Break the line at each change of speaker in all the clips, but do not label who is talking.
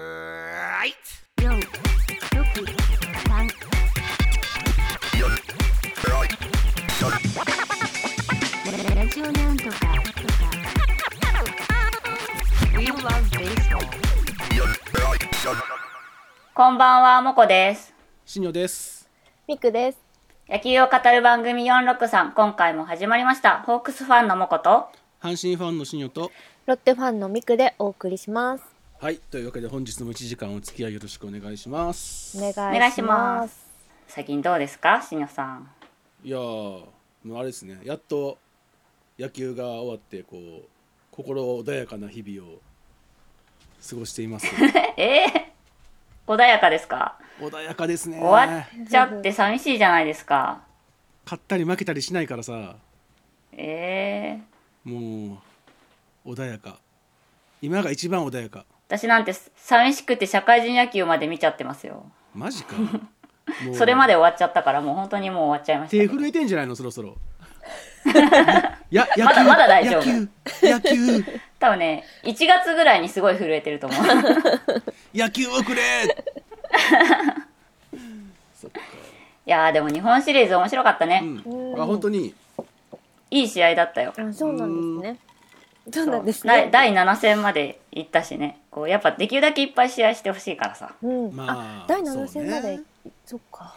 はい
四、六、三、ラジオなんとかとか。We love baseball.
こんばんは、もこです。
しにょです。
ミクです。
野球を語る番組463、今回も始まりました。ホークスファンのもこと、
阪神ファンのしにょと。
ロッテファンのミクでお送りします。
はい、というわけで本日も1時間お付き合いよろしくお願いします。
お願いし
お
ます。
願いします。最近どうですか、しのさん。
いやー、もうあれですね、やっと野球が終わって、こう、心穏やかな日々を過ごしています。
ええ穏やかですか
穏やかですね。
終わっちゃって寂しいじゃないですか。
勝ったり負けたりしないからさ、
ええ
もう穏やか。今が一番穏やか。
私なんて寂しくて社会人野球まで見ちゃってますよ。
マジか。もう
それまで終わっちゃったから、もう本当にもう終わっちゃいました
手
けど。
震えてんじゃないのそろそ ろや野球
まだまだ大丈夫
野球野球
多分ね、1月ぐらいにすごい震えてると 思う。
野球をくれそっか
いやーでも日本シリーズ面白かったね。
うんあ本当に
いい試合だったよ。
あ、そうなんですね。そうなんです
だ
ね。
第7戦まで行ったしねこうやっぱできるだけいっぱい試合してほしいからさ
うん。
まあ
あ、第七戦ま
そう
で
ね。
そっか。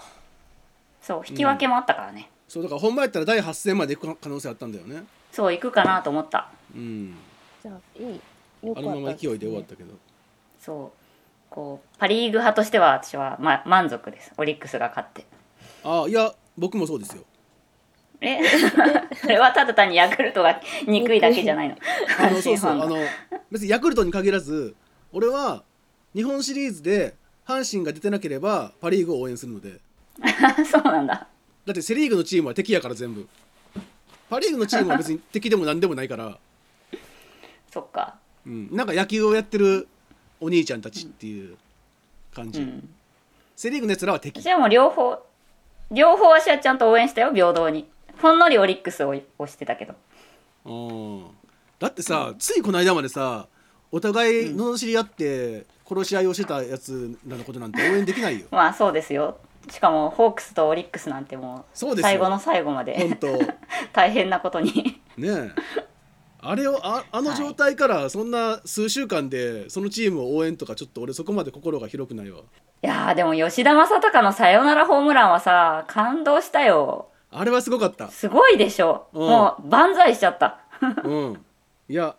そう引き分けもあったからね、
そうだから本番やったら第8戦まで行く可能性あったんだよね
そう行くかなと思った
うん
じゃあいい。よ
あ
かった
の
すね。
まま勢いで終わったけど
そうこうパ・リーグ派としては私は、ま、満足ですオリックスが勝って
あいや僕もそうですよ
え それはただ単にヤクルトが憎いだけじゃないの
あ
阪
のそ
神
う
ファ
そうあ
ンが
の別にヤクルトに限らず俺は日本シリーズで阪神が出てなければパ・リーグを応援するので
そうなんだ
だってセ・リーグのチームは敵やから全部パ・リーグのチームは別に敵でも何でもないから、
そっか
うん、なんか野球をやってるお兄ちゃんたちっていう感
う
じ、
ん
セ・リーグのやつらは敵
私はもう両方両方私はちゃんと応援したよ平等にほんのりオリックスを押してたけど
うんだってさついこの間までさお互い罵り合って殺し合いをしてたやつらのことなんて応援で きないよ
まあそうですよしかもホークスとオリックスなんても
そう
う
ですよ
最後の最後ま
本
で
当
大変なことに
ねえあれをああの状態からそんな数週間でそのチームを応援とかちょっと俺そこまで心が広くないわ
いやーでも吉田正尚のサヨナラホームランはさ感動したよ
あれはすごかった
すごいでしょ、
うん
もう万歳しちゃった
うんいや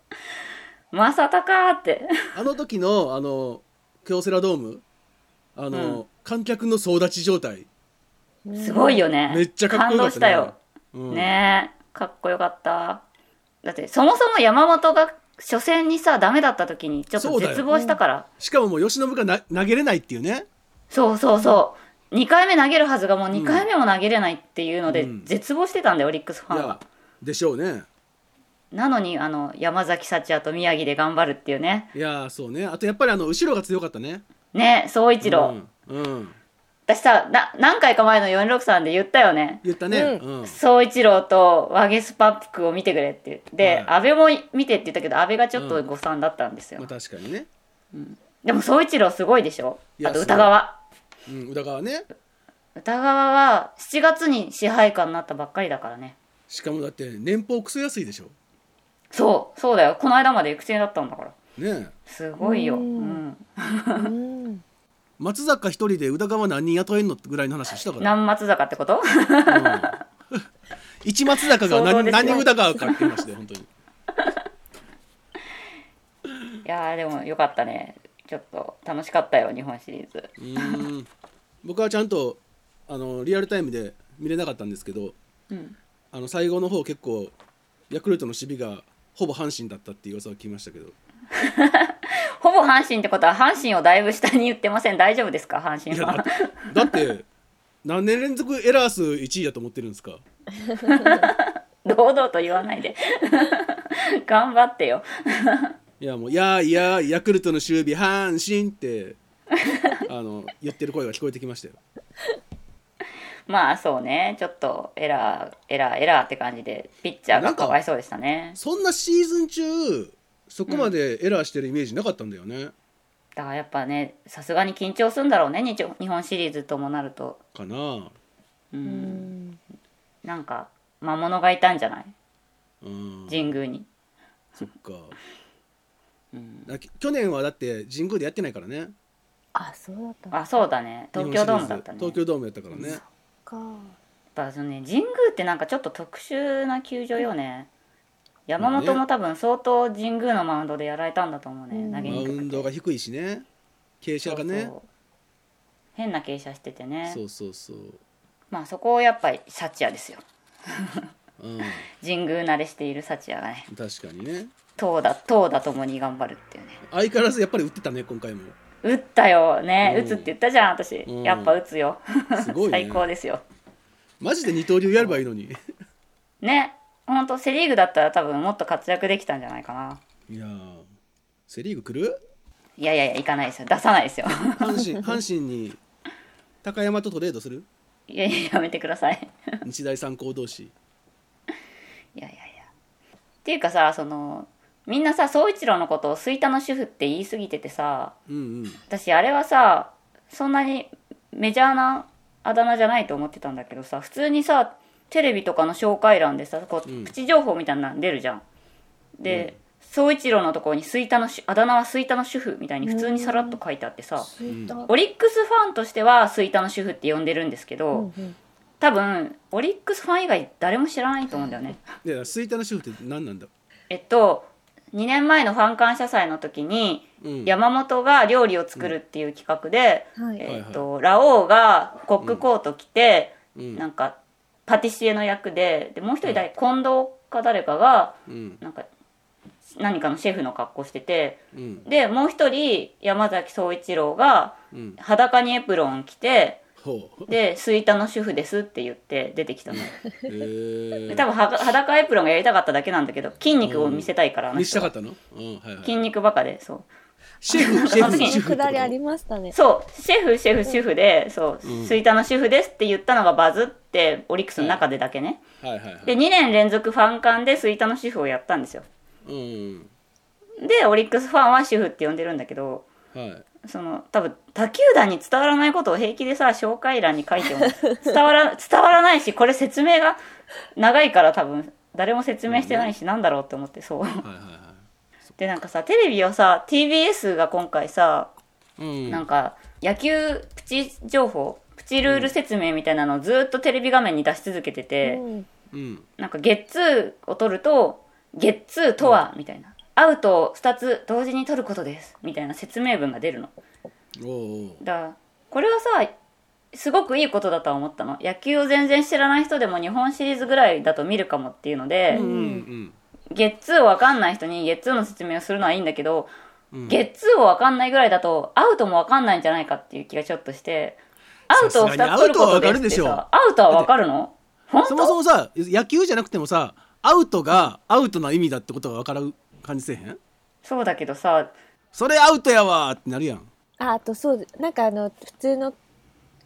正尚ーって
あの時のあの京セラドームあの、
う
観客の総立ち状態
すごいよね
めっちゃかっこよか
感動
った、ね、
したよ、、
うん、
ねえかっこよかっただってそもそも山本が初戦にさダメだった時にちょっ
そ
と
うだよ
絶望したから
しかももう由伸がな投げれないっていうね
そうそうそう2回目投げるはずがもう2回目も投げれないっていうので
うん
絶望してたんだよ、オリックスフ
い
ァン
や
は
でしょうね
なのにあの山崎幸也と宮城で頑張るっていうね
いやそうねあとやっぱりあの後ろが強かったね
ね総一郎、
うん、うん、
私さな何回か前の463で言ったよね
言ったね、
う
うん
総一郎とワゲスパックを見てくれってで、
は
安倍も見てって言ったけど安倍がちょっと誤算だったんですよ、
まあ、確かにね、
でも総一郎すごいでしょ
いや
あと歌川
うん、宇田川ね
歌川は7月に支配下になったばっかりだからね
しかもだって年俸クソ安いでしょ
そうそうだよこの間まで育成だったんだから
ねえ
すごいよ、う
うん
ん、
うん。
松坂一人で宇田川何人雇えんのってぐらいの話したから、
南松坂ってこと
うん 一松坂が
相当
何
ですよ
何人宇田川かって話で本当に
いやーでもよかったねちょっと楽しかったよ日本シリーズ
うーん僕はちゃんとあのリアルタイムで見れなかったんですけど
うん
あの最後の方結構ヤクルトの守備がほぼ阪神だったっていう噂を聞き ましたけど
ほぼ阪神ってことは阪神をだいぶ下に言ってません大丈夫ですか阪神
い
フ
や
ァン
だだって何年連続エラー数1位だと思ってるんですか
堂々と言わないで 頑張ってよ
いやもう「いやーいやーヤクルトの守備阪神」って あの言ってる声が聞こえてきましたよ
まあそうねちょっとエラーエラーエラーって感じでピッチャーがかわいそうでしたね
そんなシーズン中そこまでエラーしてるイメージなかったんだよね、
だからやっぱねさすがに緊張するんだろうね日日本シリーズともなると、
かな
う、
うんん。
なんか魔物がいたんじゃない
うん
神宮に、
そっか
うん、
だき去年はだって神宮でやってないからね
あ、そうだったの
あそうだね東京ドームだったね
日本シリーズ東京ドームやったからね
か。
やっぱそのね神宮ってなんかちょっと特殊な球場よね山本
まあ
も多分相当神宮のマウンドでやられたんだと思うね、
うん
投げ
マ
に
ウ
くくて
ンドが低いしね傾斜がね
そうそう変な傾斜しててね
そうそうそう
まあそこをやっぱりサチアですよ
うん
神宮慣れしているサチアがね
確かにね
投打投打ともに頑張るっていうね
相変わらずやっぱり打ってたね今回も
打ったよね、
うん
打つって言ったじゃん私、
うん
やっぱ打つよ
すごいね
最高ですよ
マジで二刀流やればいい のに
ねほんとセ・リーグだったら多分もっと活躍できたんじゃないかない
やーセ・リーグ来る
いやいやいや行かないですよ出さないですよ
阪神阪神に高山とトレードする
いやいややめてください
日大三高同士
いやいやいや。っていうかさそのみんなさ総一郎のことを「吹田の主婦」って言い過ぎててさ
うんうん
私あれはさそんなにメジャーなあだ名じゃないと思ってたんだけどさ普通にさテレビとかの紹介欄でさこう、
うん
プチ情報みたいなの出るじゃん。で、総一郎のところに吹田の主あだ名は吹田の主婦みたいに普通にさらっと書いてあってさ
ツイッター。
オリックスファンとしては吹田の主婦って呼んでるんですけど、
うんうん
多分オリックスファン以外誰も知らないと思うんだよね。
で吹田の主婦って何なんだ
えっと2年前のファン感謝祭の時に
うん
山本が料理を作るっていう企画で、
はい。
えっとラオウがコックコート着て、
うん
なんかパティシエの役ででもう一人誰、近藤か誰かが
うん
なんか何かのシェフの格好してて
うん
でもう一人山崎総一郎が
うん
裸にエプロン着て
ほ う
で「吹田の主婦です」って言って出てきたの。
え
で
ー、
多分は裸エプロンがやりたかっただけなんだけど筋肉を見せたいから、あの
見し
人
た
は
かったの、うんはいはい、
筋肉バカでそう
シェフシェ
あ
フ
の
シェフ
く
ってこ
だりあ
と
りましたね。
そうシェフシェフシェフでそう「
うん
吹、田、のシェフです」って言ったのがバズってオリックスの中でだけね、
はいはいはい
で2年連続ファン間で吹田のシェフをやったんですよ
うん
でオリックスファンはシェフって呼んでるんだけど
はい
その多分他球団に伝わらないことを平気でさ紹介欄に書い ても伝わら伝わらないしこれ説明が長いから多分誰も説明してないし、なんだろうって思ってそう
はいはいは
でなんかさテレビをさ TBS が今回さ
いうん
なんか野球プチ情報プチルール説明みたいなのをずっとテレビ画面に出し続けてて、
うん
うん
なんかゲッツーを取るとゲッツーとはみたいな、アウトを2つ同時に取ることですみたいな説明文が出るの
おうおう
だからこれはさすごくいいことだとは思ったの野球を全然知らない人でも日本シリーズぐらいだと見るかもっていうので、
うんうん
ゲッツーを分かんない人にゲッツーの説明をするのはいいんだけど、
うん
ゲッツーを分かんないぐらいだとアウトも分かんないんじゃないかっていう気がちょっとしてアウトを
さすがに
2つ取ること
アウトは分かる
で
です
って
しょ
さアウトは分かるの本当
そもそもさ野球じゃなくてもさアウトがアウトな意味だってことが分からう感じせえへん
そうだけどさ
それアウトやわーってなるやん
あ、あとそうです、なんかあの、普通の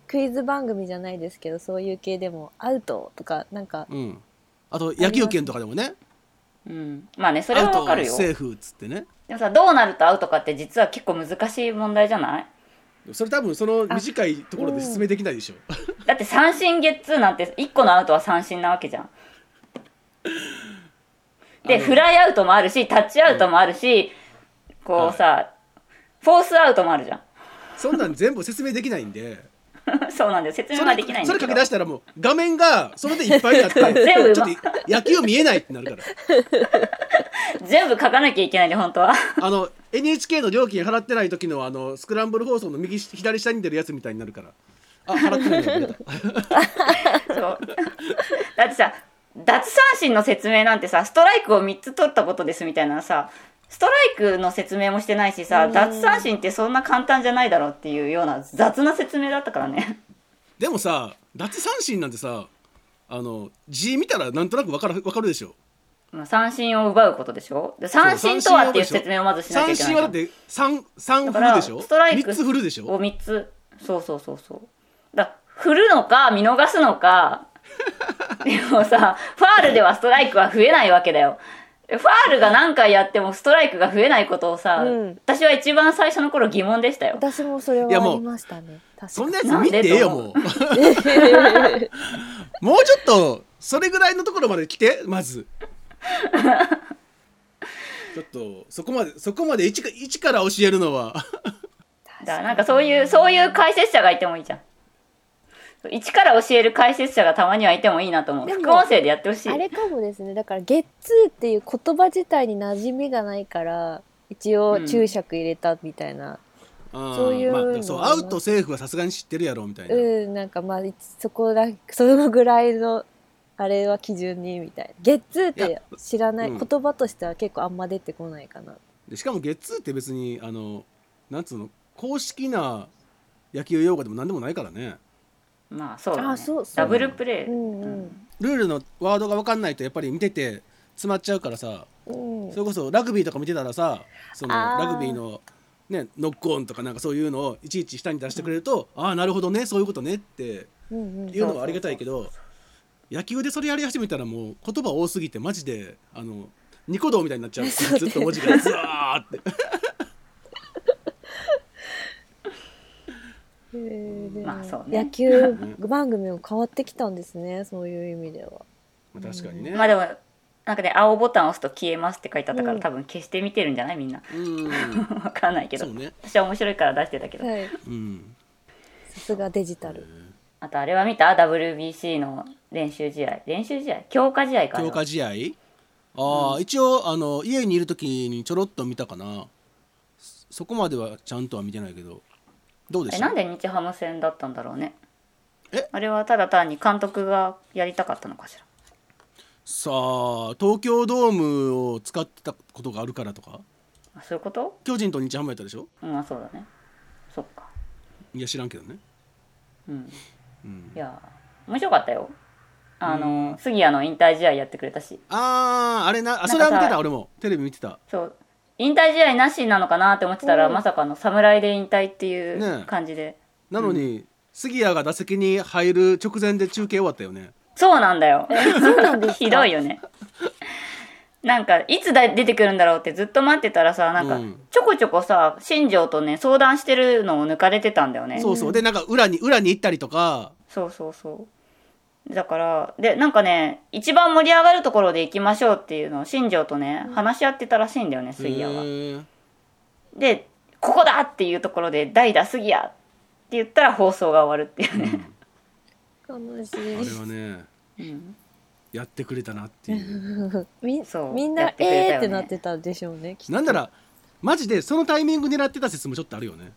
クイズ番組じゃないですけど、そういう系でも、アウトとか、なんか、
うんあと野球拳とかでもね
うんまあねそれ
ア
は
ウト
分かるよ
セーフっつってね
でもさどうなるとアウトかって実は結構難しい問題じゃない
それ多分その短いところで説明できないでしょ、
だって三振ゲッツーなんて1個のアウトは三振なわけじゃん
あ
で
の
フライアウトもあるしタッチアウトもあるし、こうさ、フォースアウトもあるじゃん
そんなん全部説明できないんで
そうなんだよ説明
そ
は
れ
できないんだ
それ
け
か
ど
け出したらもう画面がそれでいっぱいになって
全部
ちょっと野球見えないってなるから
全部書かなきゃいけないね本 当は
あの NHK の料金払ってない時のあのスクランブル放送の右し左下に出るやつみたいになるからあ払ってない のに出た
そうだってさ奪三振の説明なんてさストライクを3つ取ったことですみたいなさストライクの説明もしてないしさ
うん
奪三振ってそんな簡単じゃないだろうっていうような雑な説明だったからね
でもさ奪三振なんてさあの字見たらなんとなくわかるわかるでしょ
まあ三振を奪うことでしょで三振とはっていう説明をまずしなきゃい
三
けないじ
振は
ゃ
だっ
ん
て三三
だ
振
か
る
ら
でしょ
ストライク
三つ振るでしょ
を3つそうそうそうそうだ振るのか見逃 すのかでもさファールではストライクは増えないわけだよファールが何回やってもストライクが増えないことをさ、
うん
私は一番最初の頃疑問でしたよ。
私もそれはい
や
あ
もう
りましたね。確かに
そんなやつ見てええよもう
い
もうちょっとそれぐらいのところまで来てま ずちょっとそこまでそこまで一か一から教えるのは
だからなんかそういう、そういう解説者がいてもいいじゃん。一から教える解説者がたまにはいてもいいなと思う。
でも
副音声でやってほしい。
あれかもですね。だからゲッツーっていう言葉自体に馴染みがないから、一応注釈入れたみたいな。
そ
そういう
まあ
の
だからそうアウトセーフはさすがに知ってるやろみたいな、
うん、なんかまあいつそこだ そのぐらいのあれは基準にみたいな。ゲッツーっ
い
て
や
知らない
うん
言葉としては結構あんま出てこないかな。
でしかもゲッツーって別にあのなんつうの公式な野球用語でも何でもないからね
まあそうだ、ね、
あそうそう
ダブルプレイ。
うんう
うん
ん
ルールのワードが分かんないとやっぱり見てて詰まっちゃうからさ
うん。
それこそラグビーとか見てたらさその
あー
ラグビーの、ね、ノックオンとかなんかそういうのをいちいち下に出してくれると、ああなるほどねそういうことねって
うんうん
いうのはありがたいけど野球でそれやり始めたらもう言葉多すぎてマジであのニコ動みたいになっちゃう
そうね
ずっと文字がずわーって
へーでも
まあそうね
野球番組も変わってきたんですね、そういう意味では。
まあ確かにね、
まあでも、なんかね、青ボタンを押すと消えますって書いてあったから、
うん
多分消して見てるんじゃないみんな。
うん
わかんないけ
そ
ど、
うね
私は面白いから出してたけど。
はい。
うん
さすがデジタル。
あとあれは見た ?WBC の練習試合。練習試合強化試合かな
強化試合ああ、一応あの家にいる時にちょろっと見たかなそそこまではちゃんとは見てないけどどうで
え
し
な
た
んで日ハム戦だったんだろうね
え
あれはただ単に監督がやりたかったのかしら
さあ東京ドームを使ってたことがあるからとか
あそういうこと
巨人と日ハムやったでしょ
うんあそうだねそっか
いや知らんけどね
うん
うん
いやー面白かったよあの、杉谷の引退試合やってくれたし
あああれなあ
んかさ
それは見てた俺もテレビ見てた
そう引退試合なしなのかなって思ってたら、
うん
まさかの侍で引退ってい
ね
う
え
感じで、
なのに、杉谷が打席に入る直前で中継終わったよね
そうなんだよ
そうなんですか
ひどいよねなんかいつだ出てくるんだろうってずっと待ってたらさなんか
うん
ちょこちょこさ新庄とね相談してるのを抜かれてたんだよね
そうそうでなんか裏に裏に行ったりとか
そうそうそうだからでなんかね一番盛り上がるところで行きましょうっていうのを新庄とね、話し合ってたらしいんだよね杉谷は。
へー
でここだっていうところで代打杉谷って言ったら放送が終わるっていうね、
悲し
あれ
い。
はね
うん
やってくれたなっていう
み
そう
みん
や
な、
ってくれたよね
えーってなってたでしょうね、きっと
なんならマジでそのタイミング狙ってた説もちょっとあるよね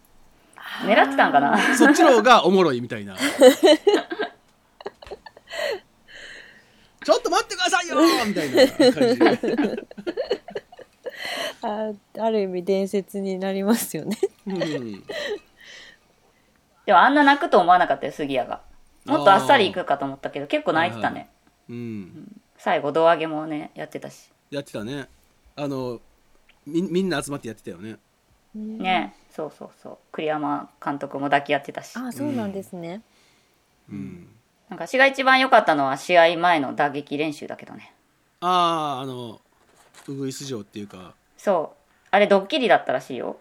狙ってたんかな
そっちの方がおもろいみたいなちょっと待ってくださいよーみたいな感じ
あある意味伝説になりますよね
うん
でもあんな泣くと思わなかったよ杉谷がもっとあっさり行くかと思ったけど結構泣いてた
はいは
ね
うん、
最後胴上げもねやってたし
やってたねあのみみんな集まってやってたよね
ね、そうそうそう栗山監督も抱き合ってたし
あそうなんですね、
うん
なんか私が一番良かったのは試合前の打撃練習だけどね
あああのウグイス城っていうか
そうあれドッキリだったらしいよ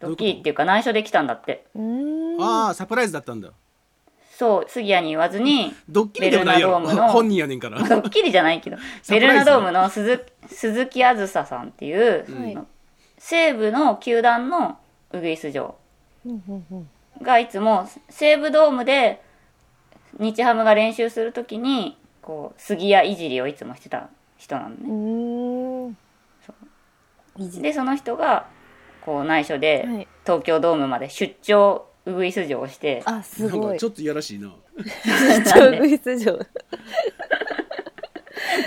ドッキリっていうか内緒で来たんだって
うーん
ああサプライズだったんだ
そう杉谷に言わずに
ドッキリではないよ
ベルナドームの
本人やねんから
ドッキリじゃないけど
サ
ベ
プ
ル
ラ
ナ
イズね
ドームの鈴鈴木あずささんっていう、
はい
西武の球団のウグイス嬢
うんうんうん
がいつも西武ドームで日ハムが練習するときにこう杉谷いじりをいつもしてた人なのね、
うーんいいじ
でその人がこう内緒で
はい
東京ドームまで出張ウグイス嬢をして、
あす
なん
ご
か
い
ちょっといやらしいな
超グイス城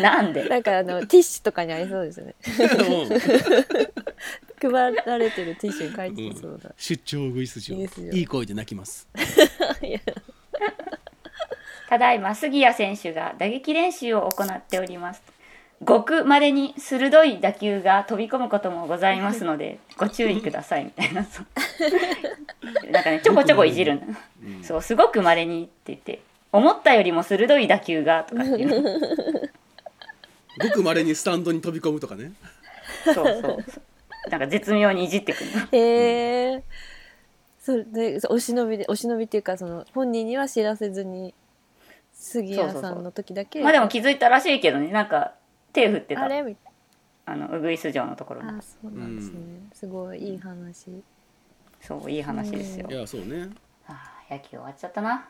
なんで
なんかあのティッシュとかにありそうですね
うん
配られてるティッシュに書いてそうだ、
出張ウグイス城
ウグイス城
いい声で泣きます
ただいま杉谷選手が打撃練習を行っておりますごくまれに鋭い打球が飛び込むこともございますのでご注意くださいみたいなそうなんかねちょこちょこいじるの、そうすごくまれにって言って思ったよりも鋭い打球がとかっていう
ごくまれにスタンドに飛び込むとかね
そうそうそうなんか絶妙にいじってくる
へえ。それでそうお忍びでお忍びっていうかその本人には知らせずに杉谷さんの時だけ。
まあでも気づいたらしいけどねなんか手振ってた
あれみたい
あのウグイス城のところに
な。あそうなんですね。すごいいい話。
そういい話ですよ
いやそうね
あー野球終わっちゃったな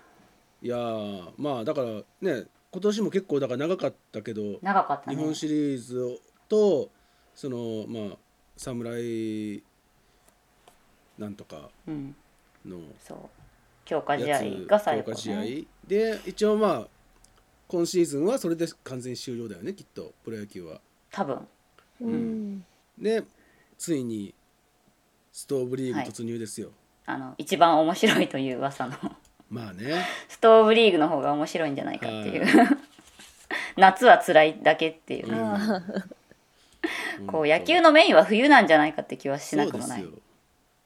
い
やーまあだからね今年も結構だから長かったけど
長かった
日
ね
本シリーズとそのまあ侍なんとか
うん
の
そう強化試
や
合
つ
が最後、ね、
強化試合で一応まあ今シーズンはそれで完全終了だよねきっとプロ野球は。
多分
うんん。
でついにストーブリーグ突入ですよ。
あの一番面白いという噂の
まあね
ストーブリーグの方が面白いんじゃないかっていう 夏は辛いだけっていう、
あ
こう野球
の
のメインは冬なんじゃないかって気はしなくもない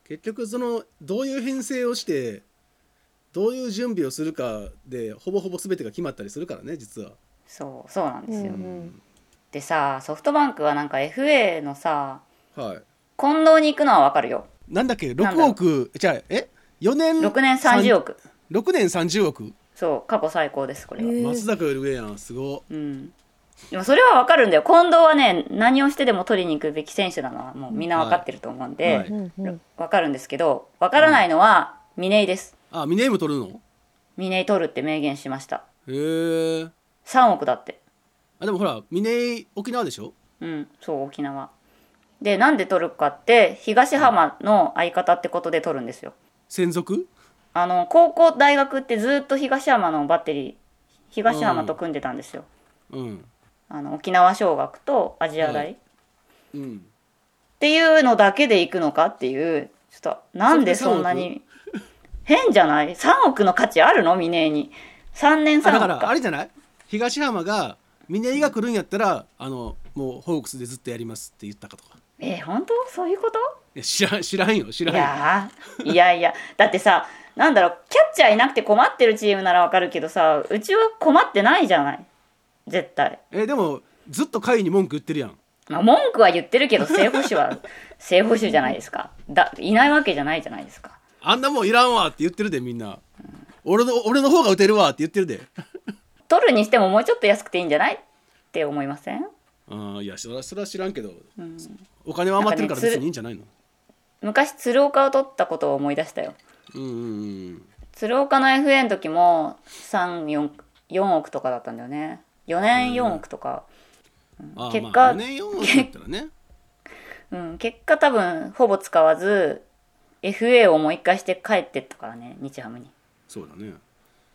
結局そのどういう編成をしてどういう準備をするかでほぼほぼ全てが決まったりするからね実は。
そうそうなんですよ、
うん
でさソフトバンクはなんか FA のさ
はい
近藤に行くのはわかるよ
なんだっけ
なんだろ
6
う
億じゃあえ4年
6年30億
6年30億
そう過去最高ですこれは、
えー
松坂より上やんすご
うんでもそれはわかるんだよ近藤はね何をしてでも取りに行くべき選手なのはもうみんなわかってると思うん
は
で
い
うんうん。
わかるんですけどわからないのは峰井です
あミネイム取るの
峰井取るって明言しました
へえ
3億だって
あでもほらミネイ沖縄でしょ
うんそう沖縄でなんで取るかって東浜の相方ってことで取るんですよ
専属
あの高校大学ってずっと東浜のバッテリー東浜と組んでたんですよ、
うん
あの沖縄尚学とアジア大、
はい
っ
うん
ていうのだけで行くのかっていうちょっとなんでそんなに変じゃない3億の価値あるの峰井に3年
あ
3
だ
億
からあ
か
れじゃない東浜がミネイが来るんやったらあのもうホークスでずっとやりますって言ったかとか
え本当そういうこと
いや知らん知らんよ知ら
い
んよ
やーいやいやだってさなんだろうキャッチャーいなくて困ってるチームならわかるけどさうちは困ってないじゃない絶対、
えでもずっと会に文句言ってるやん
まあ、文句は言ってるけど正捕手は正捕手じゃないですかだいないわけじゃないじゃないですか
あんなもんいらんわって言ってるでみんな俺の俺の方が打てるわって言ってるで
取るにしてももうちょっと安くていいんじゃないって思いません
うんいやそらそら知らんけど、お金は余ってるか
なん
ら
かね
別にいいんじゃないの、
昔鶴岡を取ったことを思い出したよ
うんうんうん
鶴岡の FA の時も34 4億とかだったんだよね4年4億とか、
あ
結果
結果、まあ、4年4億だったらね
うん、結果多分ほぼ使わず FA をもう一回して帰ってったからね日ハムに
そうだね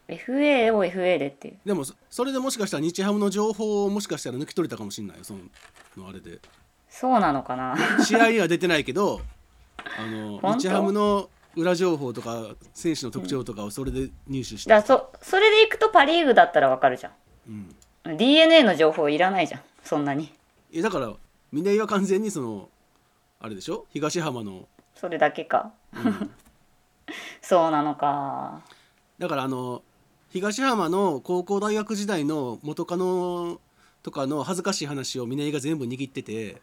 FA を FA でっていう
でもそそれでもしかしたら日ハムの情報をもしかしたら抜き取れたかもしれないよそののあれで
そうなのかな
試合には出てないけどあの
本当
日ハムの裏情報とか選手の特徴とかをそれで入手して、
だからそそれでいくとパ・リーグだったらわかるじゃ
うん
ん d n a の情報いらないじゃんそんなに
えだから峰井は完全にそのあれでしょ東浜の、
それだけか
うん、
そうなのか
だからあの東浜の高校大学時代の元カノとかの恥ずかしい話を峰井が全部握っててで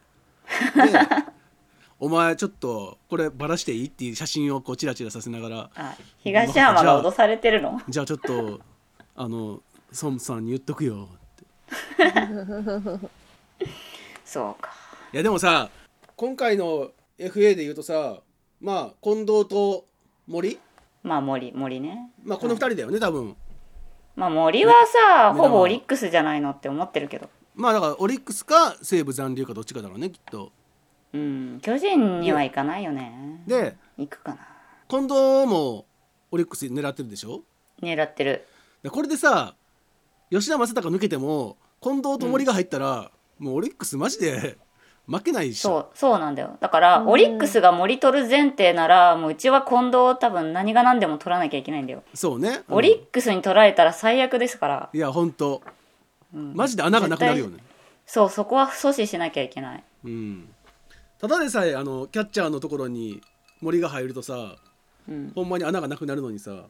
お前ちょっとこれバラしていいっていう写真をこうチラチラさせながら
あ東山
じゃあ
が脅されてるの
じゃあちょっとあの孫さんに言っとくよって
そうか
いやでもさ今回の FA で言うとさまあ近藤と森、
まあ森森ね
まあ、この2人だよね、多分
まあ森はさ
ね
ほぼオリックスじゃないのって思ってるけど
まあだからオリックスか西武残留かどっちかだろうねきっと
うん巨人には行かないよね
で
行くかな
近藤もオリックス狙ってるでしょ
狙ってる
でこれでさ吉田正尚抜けても近藤と森が入ったら、もうオリックスマジで 負けないっし
そ
ょ
うそうなんだよだから、
うん
オリックスが森取る前提ならもううちは近藤を多分何が何でも取らなきゃいけないんだよ、
そうね、うん
オリックスに取られたら最悪ですから、
いやほんと
うん
マジで穴がなくなるよね
そうそこは阻止しなきゃいけない
うんただでさえあのキャッチャーのところに森が入るとさ
うん
ほんまに穴がなくなるのにさ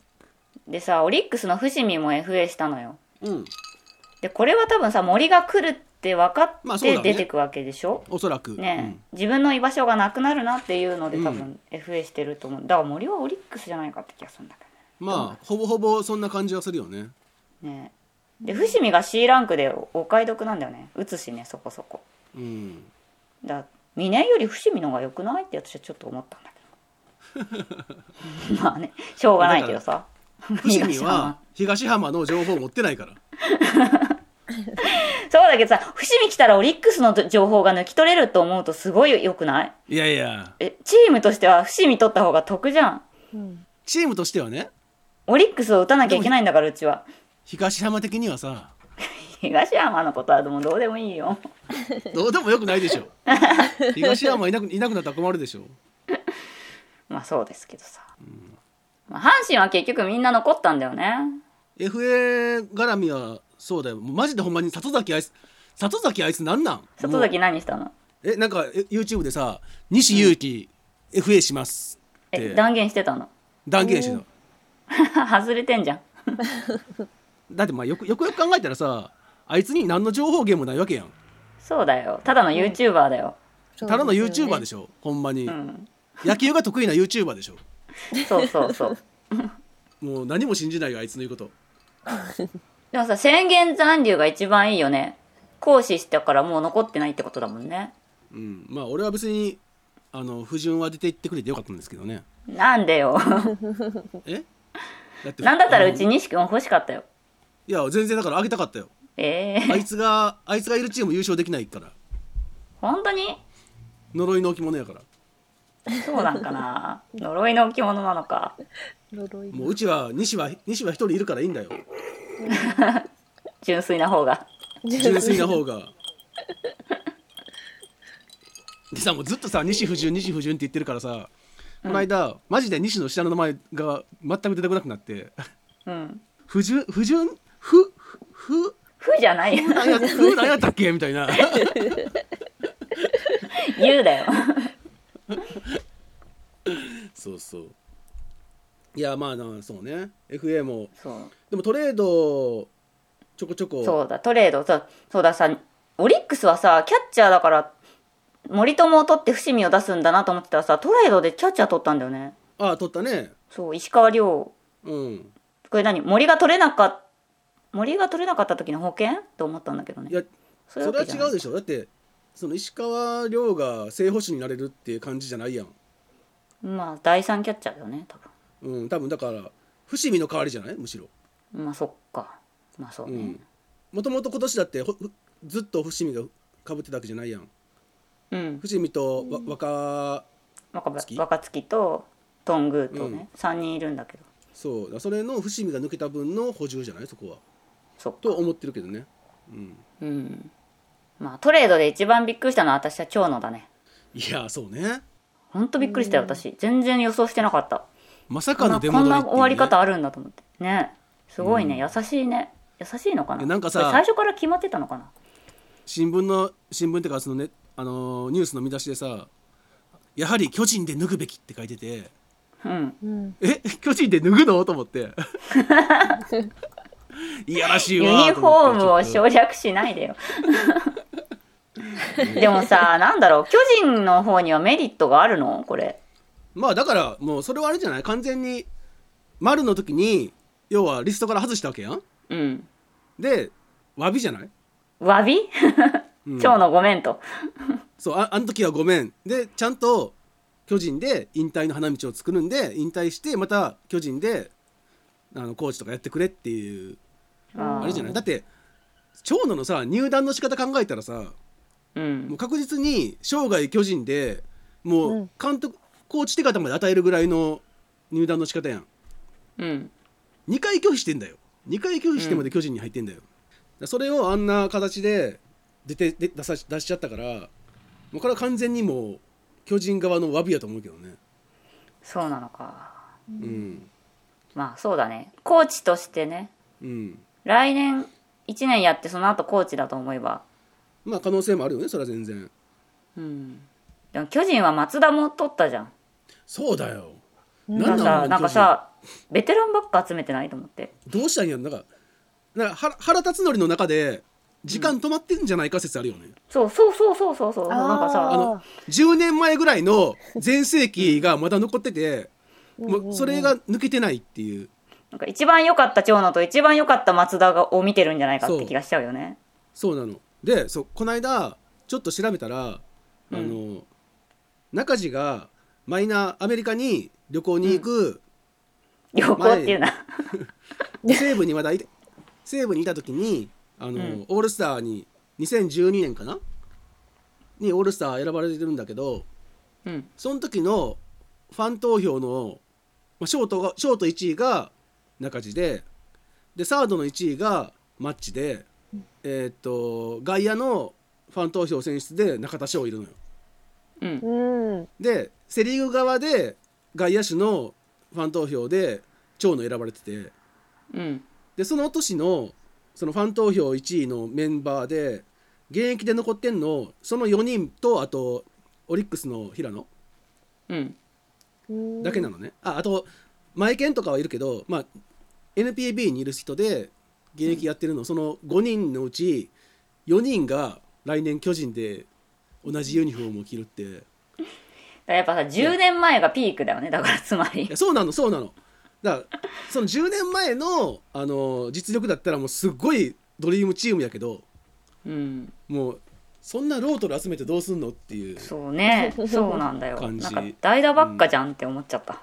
でさオリックスの伏見も FA したのよ
うん
でこれは多分さ森が来るって分か
まあ
っ
そう
て
だろうね
出てくわけでしょ、
おそらく、
ね自分の居場所がなくなるなっていうので多分 FA してると思う、だから森はオリックスじゃないかって気がするんだけ
うん、まあほぼほぼそんな感じはするよね
どねねで伏見が C ランクでお買い得なんだよね打つしねそこそこ
うん
だから峰井より伏見の方が良くないって私はちょっと思ったんだ けどまあねしょうがないけどさ
伏見は東浜の情報を持ってないから
そうだけどさ伏見来たらオリックスの情報が抜き取れると思うとすごい良くない
いやいや
えチームとしては伏見取った方が得じゃん
うん
チームとしてはね
オリックスを打たなきゃいけないんだからうちは
東浜的にはさ
東山のことはもうどうでもいいよ
どうでもよくないでしょ東浜いなくいなくなったら困るでしょ
まあそうですけどさ、まあ、阪神は結局みんな残ったんだよね
FA 絡みはそうだよもうマジでほんまに里崎あいつ里崎あいつなんなん
里
も
崎何したの
うえなんかえ YouTube でさ「西勇輝、FA します」っ
え
て
断言してたの
断言してた
外れてんじゃん
だってまあよくよくよく考えたらさあいつに何の情報源もないわけやん
そうだよただの YouTuber だよ、
そう
ただの
ですよね
YouTuber でしょほんまに、
うん、
野球が得意な YouTuber でしょ
そうそうそう
もう何も信じないよあいつの言うこと
でもさ宣言残留が一番いいよね行使したからもう残ってないってことだもんね
うんまあ俺は別にあの不純は出て行ってくれてよかったんですけどね
なんで よ
えだって
なんだったら
あ
う
の
ち西君欲しかったよ
いや全然だからあげたかったよ
ええ
あいつがあいつがいるチーム優勝できないから
本当に
呪いの置物やから
そうなんかな呪いの置物なのか
呪い
もううちは西は西は一人いるからいいんだよ
純粋な方が
純粋な 方がでさもうずっとさ西不純西不純って言ってるからさこの間、マジで西の下の名前が全く出てこなくなって
うん
不純不純不不
負じゃない よ
何や不何やったっけみたいな
言うだよ
そうそういやまあなそうね FA も
そう
でもトレードちょこちょこ
そうだトレードそうそうださオリックスはさキャッチャーだから森友を取って伏見を出すんだなと思ってたらさトレードでキャッチャー取ったんだよね
ああ取ったね
そう石川亮
うん
これ何森が取れなかった森が取れなかった時の保険と思ったんだけど
い
ね
や
そ
それは違うで
し
しょだってその石川遼が正捕手になれるっていう感じじゃないやん
ょまあ第三キャッチャーだよね多
うん多分だから伏見の代わりじゃないむしろ
分まあそっかまあそうね、
うんもともと今年だってほずっと伏見がかぶってたわけじゃないやん
うん、
伏見とわ若
若
月
葉若月とトングーとね、三3人いるんだけど
そうだそれの伏見が抜けた分の補充じゃないそこは
そっか
と思ってるけどねうん
うんまあトレードで一番びっくりしたのは私は長野だね
いやそうね
ほんとびっくりしたよ私全然予想してなかった
まさ
こん
かの
な
出
こ
戻
ん
りっ
な
ていうね
終わり方あるんだと思ってねすごいね、
うん
優しいね優しいのかな
えなんかさ
これ最初から決まってたのかな
新聞の新聞っていうかそのねあのーニュースの見出しでさやはり巨人で脱ぐべきって書いてて
うん
うん
え巨人で脱ぐのと思って いやらしい
ユ
わ
ニフ
と
ォー
思って
ムを
ちょっ
省略しないでよでもさなんだろう巨人の方にはメリットがあるのこれ
とまあだからもうそれはあれじゃない完全に丸の時に要はリストから外したわけやん
うん
で詫びじゃない、
詫び
うん
長野ごめんと
そうああの時はごめんでちゃんと巨人で引退の花道を作るんで引退してまた巨人であのコーチとかやってくれっていう
あ
あれじゃないいだって長野のさ入団の仕方考えたらさ
うん
もう確実に生涯巨人でも
う
うん監督、コーチ手形まで与えるぐらいの入団の仕方やん
うん
2回拒否してんだよ2回拒否してまで巨人に入ってんだよ、だからそれをあんな形で出てで出さし出しちゃったからもうこれは完全にもう巨人側の詫びやと思うけどね
そうなのか
うん
まあそうだねコーチとしてね
うん
来年1年やってその後コーチだと思えば
まあ可能性もあるよねそれは全然
うんでも巨人は松田も取ったじゃん
そうだよ
だから
何
さ
な
なんん
か
か
さ
さベテランばっか集めてないと思って
どうしたんやろなんかなんか原原辰徳の中で時間止まってんじゃないか説あるよね、
そうそうそうそうそうそうなんか
あ
あ
ー
さ
の10年前ぐらいの全盛期がまだ残ってて、
うんうん
もうそれが抜けてないっていう
なんか一番良かった長野と一番良かった松田がを見てるんじゃないかっ
そ
て
う
気がしちゃうよね
そうなのでそうこの間ちょっと調べたら、
うん
あの中地がマイナーアメリカに旅行に行く、
旅行っていうな
西部にまだいて 西部にいた時にあの、
ん
オールスターに2012年かなにオールスター選ばれてるんだけど
うん
その時のファン投票の、まあ、ショートがショート1位が中地ででサードの1位がマッチで、えーっと外野のファン投票選出で中田翔いるのよ。
うん
うん
でセ・リーグ側で外野手のファン投票で長野選ばれてて。
うん
でその年のそのファン投票1位のメンバーで現役で残ってんのその4人とあとオリックスの平野
うん
うん
だけなのね、ああとマイケンとかはいるけど、まあ、NPB にいる人で現役やってるの、その5人のうち4人が来年巨人で同じユニフォームを着るってい
だからやっぱさ10年前がピークだよねだからつまり
やそうなのそうなのだからその10年前の、あの実力だったらもうすっごいドリームチームやけど
うん
もうそんなロートル集めてどうすんのっていう
そうねそうなんだよ
感じ
なんか代打ばっかじゃんって思っちゃった、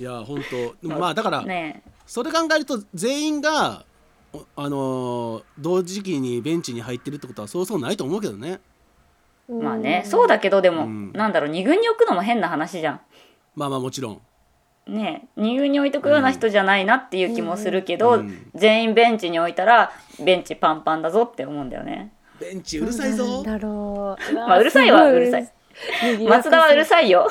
いや本当でもまあだから、
ねえ
それ考えると全員がおあのー同時期にベンチに入ってるってことはそうそうないと思うけどね
まあねそうだけどでも、
うん
なんだろう二軍に置くのも変な話じゃん
まあまあもちろん
ねえ二軍に置いとくような人じゃないなっていう気もするけど、
うん
全員ベンチに置いたらベンチパンパンだぞって思うんだよね
ベンチうるさいぞ
なんだろう。
まあうるさいはうるさい松田はうる
い。
さいよ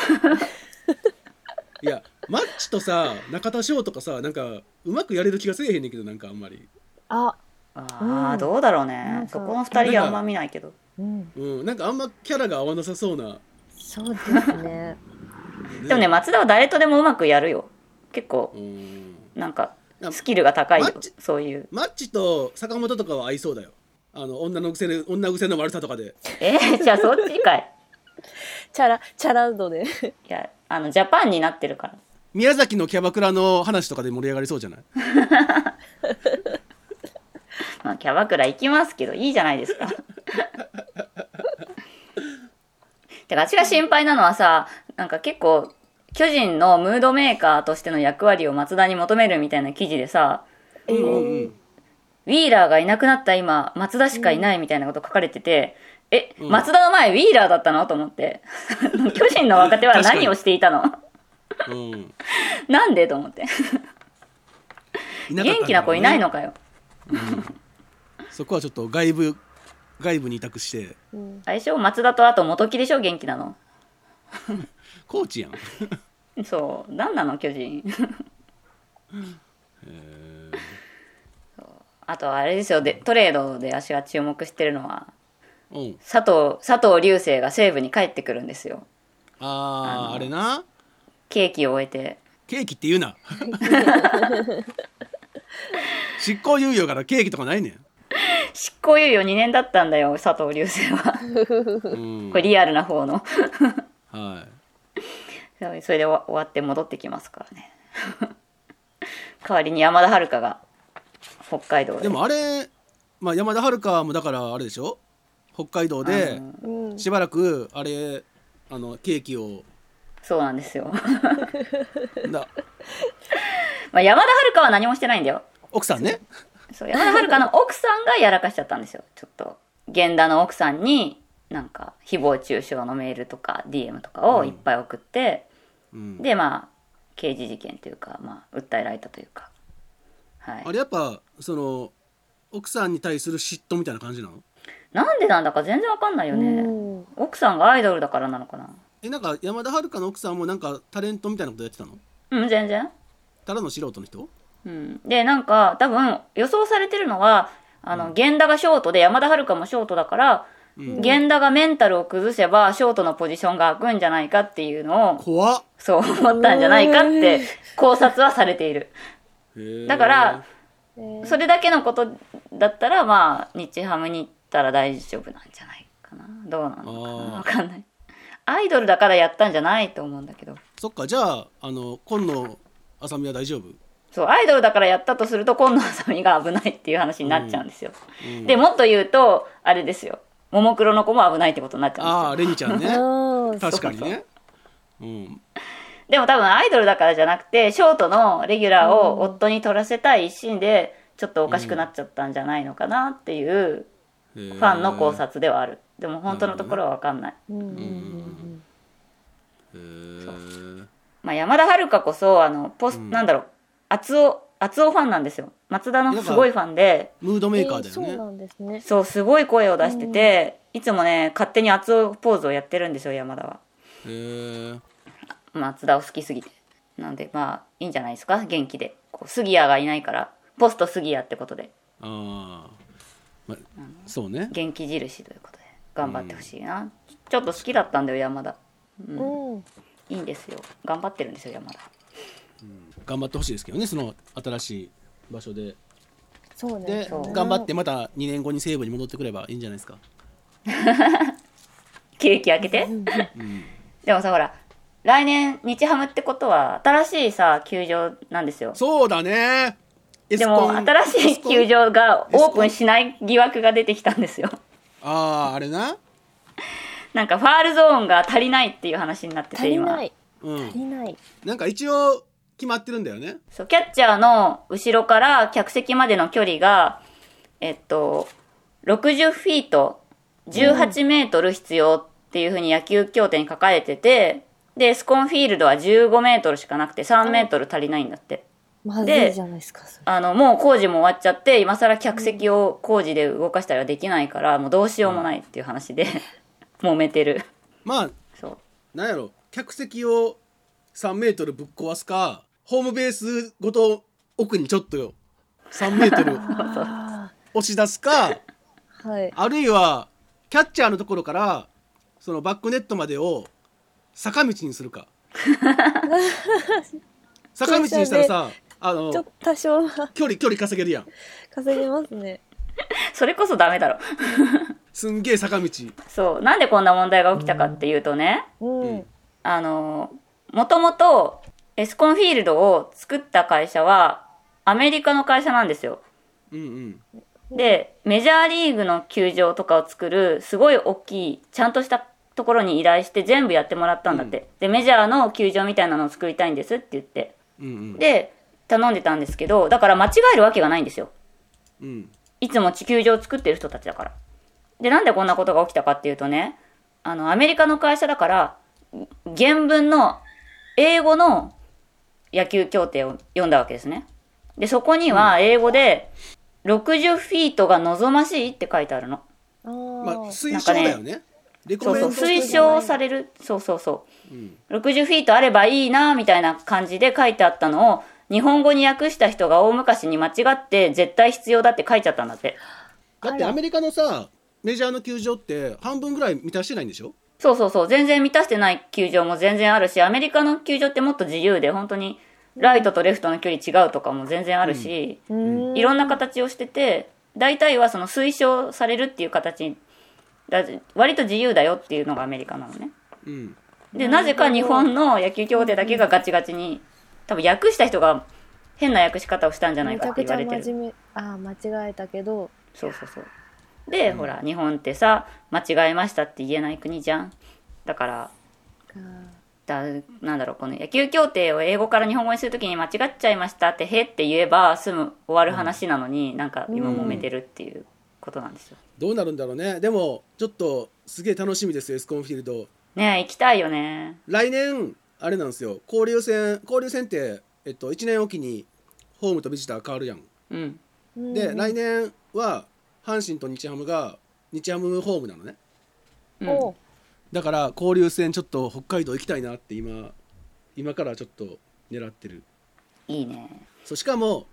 いやマッチとさ中田翔とかさなんかうまくやれる気がせえへんねんけどなんかあんまり、
あ、
あ
う
あ
ん
どうだろう
な
ね
んか
そこの二人はあんま見ないけど
うん、
うん、なんかあんまキャラが合わなさそうな、
そうですね。
でもね松田は誰とでもうまくやるよ結構
うん
なんか
あ
スキルが高いよ
マッチ
そういう
マッチと坂本とかは合いそうだよあの女の癖で女癖の悪さとかで
え ー、じゃあそっちかい
チャラ、チャラ度で。
いやあのジャパンになってるから
宮崎のキャバクラの話とかで盛り上がりそうじゃない
まあ、キャバクラ行きますけどいいじゃないですか。 てか私が心配なのはさなんか結構巨人のムードメーカーとしての役割を松田に求めるみたいな記事でさ
えー
ウィーラーがいなくなった今松田しかいないみたいなこと書かれてて、え、
うん
松田の前ウィーラーだったのと思って 巨人の若手は何をしていたの
うん
なんでと思って
いなかったんだろうね
元気な子いないのかよ
そこはちょっと外部外部に委託して
うん
相性松田とあと元木でしょ元気なの
コーチやん、
そう何なの巨人
え
あとあれですよでトレードで私が注目してるのは
ー、うん
佐藤佐藤隆星が西武に帰ってくるんですよ
あーあれな
ケーキを終えて
ケーキって言うな執行猶予からケーキとかないねん、
執行猶予2年だったんだよ佐藤隆星は
うん
これリアルな方の
は
それで終わ終わって戻ってきますからね 代わりに山田遥が北海道
い、
で
でもあれ、まあ、山田遥もだからあれでしょ北海道で
うん。
しばらくあれあのケーキを
そうなんですよ
だ
まあ山田遥は何もしてないんだよ
奥さんね
そう山田遥の奥さんがやらかしちゃったんですよちょっと源田の奥さんになんか誹謗中傷のメールとか DM とかをいっぱい送って、
うん
でまあ刑事事件というか、まあ、訴えられたというか、はい
あ、れやっぱその奥さんに対する嫉妬みたいな感じなの
なんでなんだか全然わかんないよね、
うん
奥さんがアイドルだからなのかな
えなんか山田遥の奥さんもなんかタレントみたいなことやってたの
うん全然、
ただの素人の人
うん、でなんか多分予想されてるのはあの源田がショートで山田遥もショートだから、
うん
源田がメンタルを崩せばショートのポジションが空くんじゃないかっていうのを
怖っ
そう思ったんじゃないかって考察はされているだから
えー
それだけのことだったらまあ日ハムに行ったら大丈夫なんじゃないかなどうなのか
あー
なわかんないアイドルだからやったんじゃないと思うんだけど
そっかじゃああの今野あさみは大丈夫、
そうアイドルだからやったとすると今野あさみが危ないっていう話になっちゃうんですよ、
うん
でもっと言うとあれですよももクロの子も危ないってことになっちゃうんですよ
ああレニちゃ んね
あー
確かにねうん
でも多分アイドルだからじゃなくてショートのレギュラーを夫に取らせたい一心でちょっとおかしくなっちゃったんじゃないのかなっていう
フ
ファンの考察ではある、でも本当のところは分かんない、
うんうんうん
へー
まあ、山田遥こそあのポス、
うん
なんだろう厚尾厚尾ファンなんですよ松田のすごいファンで
ムード
うん
メーカーだ
そう
よ
な
ね、
んですね。
そうすごい声を出してて、いつもね勝手に厚尾ポーズをやってるんですよ山田は
へー
松田を好きすぎてなんでまあいいんじゃないですか元気でこう杉谷がいないからポスト杉谷ってことで
あー、ま、そうね
元気印ということで頑張ってほしいな、ちょっと好きだったんだよ山田
うんうん
いいんですよ頑張ってるんですよ山田
頑張ってほしいですけどねその新しい場所で
そうね
で。
そう
頑張ってまた2年後に西武に戻ってくればいいんじゃないですか
ケーキ開けて、
うん
でもさほら来年日ハムってことは新しいさ球場なんですよ
そうだねエス
で
コン
も新し
エ
い
スコン
球場がオープンしない疑惑が出てきたんですよ
あああれな
なんかファールゾーンが足りないっていう話になって
足
て
り
今
ない
う
足り
ん
ない。
なんか一応決まってるんだよね
そうキャッチャーの後ろから客席までの距離がえっと60フィート18メートル必要っていうふうに野球協定に書かれててでエスコンフィールドは15メートルしかなくて3メートル足りないんだって
まずいじゃないですか。それ
あのもう工事も終わっちゃって今更客席を工事で動かしたりはできないからもうどうしようもないっていう話で 揉めてる
まあ
そう
なんやろ客席を3メートルぶっ壊すかホームベースごと奥にちょっとよ3メー トル
あ
押し出すか
ーはい。
あるいはキャッチャーのところからそのバックネットまでを坂道にす るか坂道にしたらさあの
ちょっと多少は
距離距離稼げるやん
稼げますね。
それこそダメだろ
すんげえ坂道
そうなんでこんな問題が起きたかっていうとね
うん。
あのもともとエスコンフィールドを作った会社はアメリカの会社なんですよ
うんうん
でメジャーリーグの球場とかを作るすごい大きいちゃんとしたところに依頼して全部やってもらったんだって、でメジャーの球場みたいなのを作りたいんですって言って
うんうん
で頼んでたんですけどだから間違えるわけがないんですよ
うん
いつも地球上を作ってる人たちだからでなんでこんなことが起きたかっていうとねあのアメリカの会社だから原文の英語の野球協定を読んだわけですねでそこには英語で60フィートが望ましいって書いてあるの
あ
まあ
ー
推奨だよねレコ
そう
メン
そう
ドしてる
推奨されるそうそうそう
うん
60フィートあればいいなみたいな感じで書いてあったのを日本語に訳した人が大昔に間違って絶対必要だって書いちゃったんだって
だってアメリカのさメジャーの球場って半分ぐらい満たしてないんでしょ
そうそうそう全然満たしてない球場も全然あるしアメリカの球場ってもっと自由で本当にライトとレフトの距離違うとかも全然あるし、
うーん
いろんな形をしてて大体はその推奨されるっていう形にだ割と自由だよっていうのがアメリカなのね
うん
でなぜか日本の野球協定だけがガチガチに多分訳した人が変な訳し方をしたんじゃな
め
い
ち
か
ゃ
って言
くちゃ
われてる
真面目。ああ間違えたけど。
そうそうそうで、ほら日本ってさ間違えましたって言えない国じゃんだから
あー
だなんだろうこの野球協定を英語から日本語にするときに間違っちゃいましたって「へ」って言えば済む終わる話なのに、なんか今揉めてるっていうことなんですよ。
どうなるんだろうねでもちょっとすげえ楽しみですエスコンフィールド
ねえ行きたいよね。
来年あれなんですよ交流戦交流戦って、えっと、1年おきにホームとビジター変わるやん
うん、
うん
で、来年は阪神と日ハムが日ハムホームなのね
うん
おう
だから交流戦ちょっと北海道行きたいなって今今からちょっと狙ってる
いいね。
そうしかも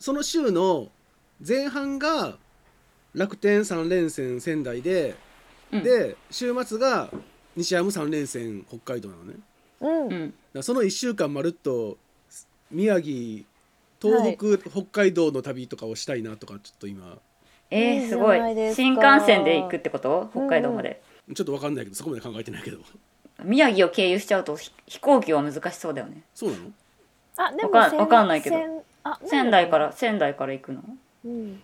その週の前半が楽天3連戦仙台で、
うん
で週末が西ハム3連戦北海道なのねだか
うん
うん、
らその1週間まるっと宮城東北、北海道の旅とかをしたいなとかちょっと今
え
いい
ー、
じ
す
ゃ
ごい
ないですか
新幹線で行くってこと北海道まで、
ちょっとわかんないけどそこまで考えてないけど
宮城を経由しちゃうとひ飛行機は難しそうだよね
そうなの
あでも
わかん
仙
わかんないけど
仙あ
仙台か、ら仙台から行くの
うん、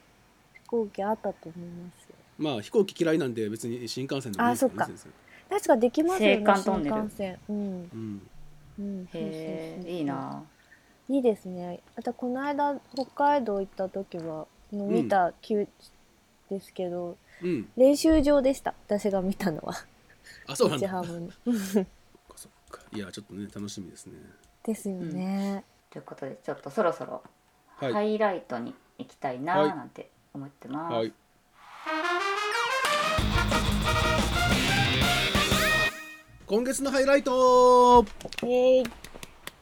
飛行機あったと思いますよ
まあ飛行機嫌いなんで別に新幹線でもいいですよね
あそっか
先生
確かできますよね
青函トンネル
新幹線うん
うん
うんそうそう
へ
そう
えいいなあ
いいですねあとこの間北海道行った時はの見た急ですけど、
うん
練習場でした私が見たの は
あそうなん
日
だ
ハムに
そっかいやちょっとね楽しみですね
ですよね、
ということでちょっとそろそろ
はい
ハイライトに行きたいな
はい
なんて思ってます、
はい今月のハイライト
えー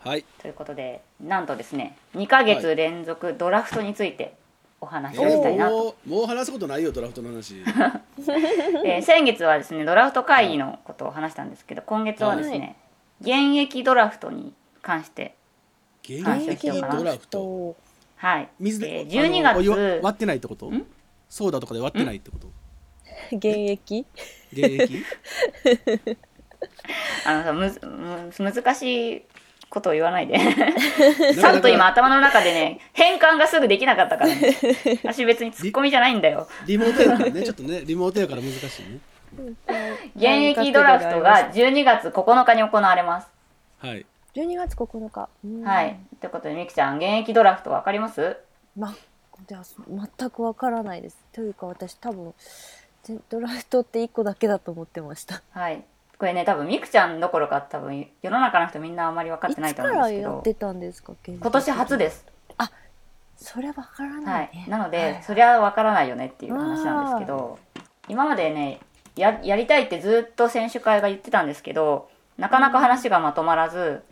はい
ということでなんとですね2ヶ月連続ドラフトについてお話をしたいなと、
もうもう話すことないよドラフトの 話
えー先月はですねドラフト会議のことを話したんですけど今月はですね、現役ドラフトに関して
現
はい
役ドラフト
はい、え
水で
ー、12
あのお湯
月
割ってないってこと
ん
ソーダとかで割ってないってこと
現役
現役
あのさむずむ難しいことを言わない で
な
さ
かな
っ
か
と今頭の中でね変換がすぐできなかったから、 ね、私別にツッコミじゃないんだよ
リモートやからねちょっとねリモートやから難しいね
現役ドラフトが12月9日に行われます
はい
12月9日、うん
はいということでみきちゃん現役ドラフトわかります
まじゃあ全くわからないですというか私多分ぜドラフトって1個だけだと思ってました
はいこれね多分みくちゃんどころか多分世の中の人みんなあんまり分かってない
いつ
と
か
思うんで
ら
すけ
や
ど
ってたんですか現役
今年初です
それわから
は
ないい、ね、
なので、
はい
そりゃわからないよねっていう話なんですけど今までねややりたいってずっと選手会が言ってたんですけどなかなか話がまとまらず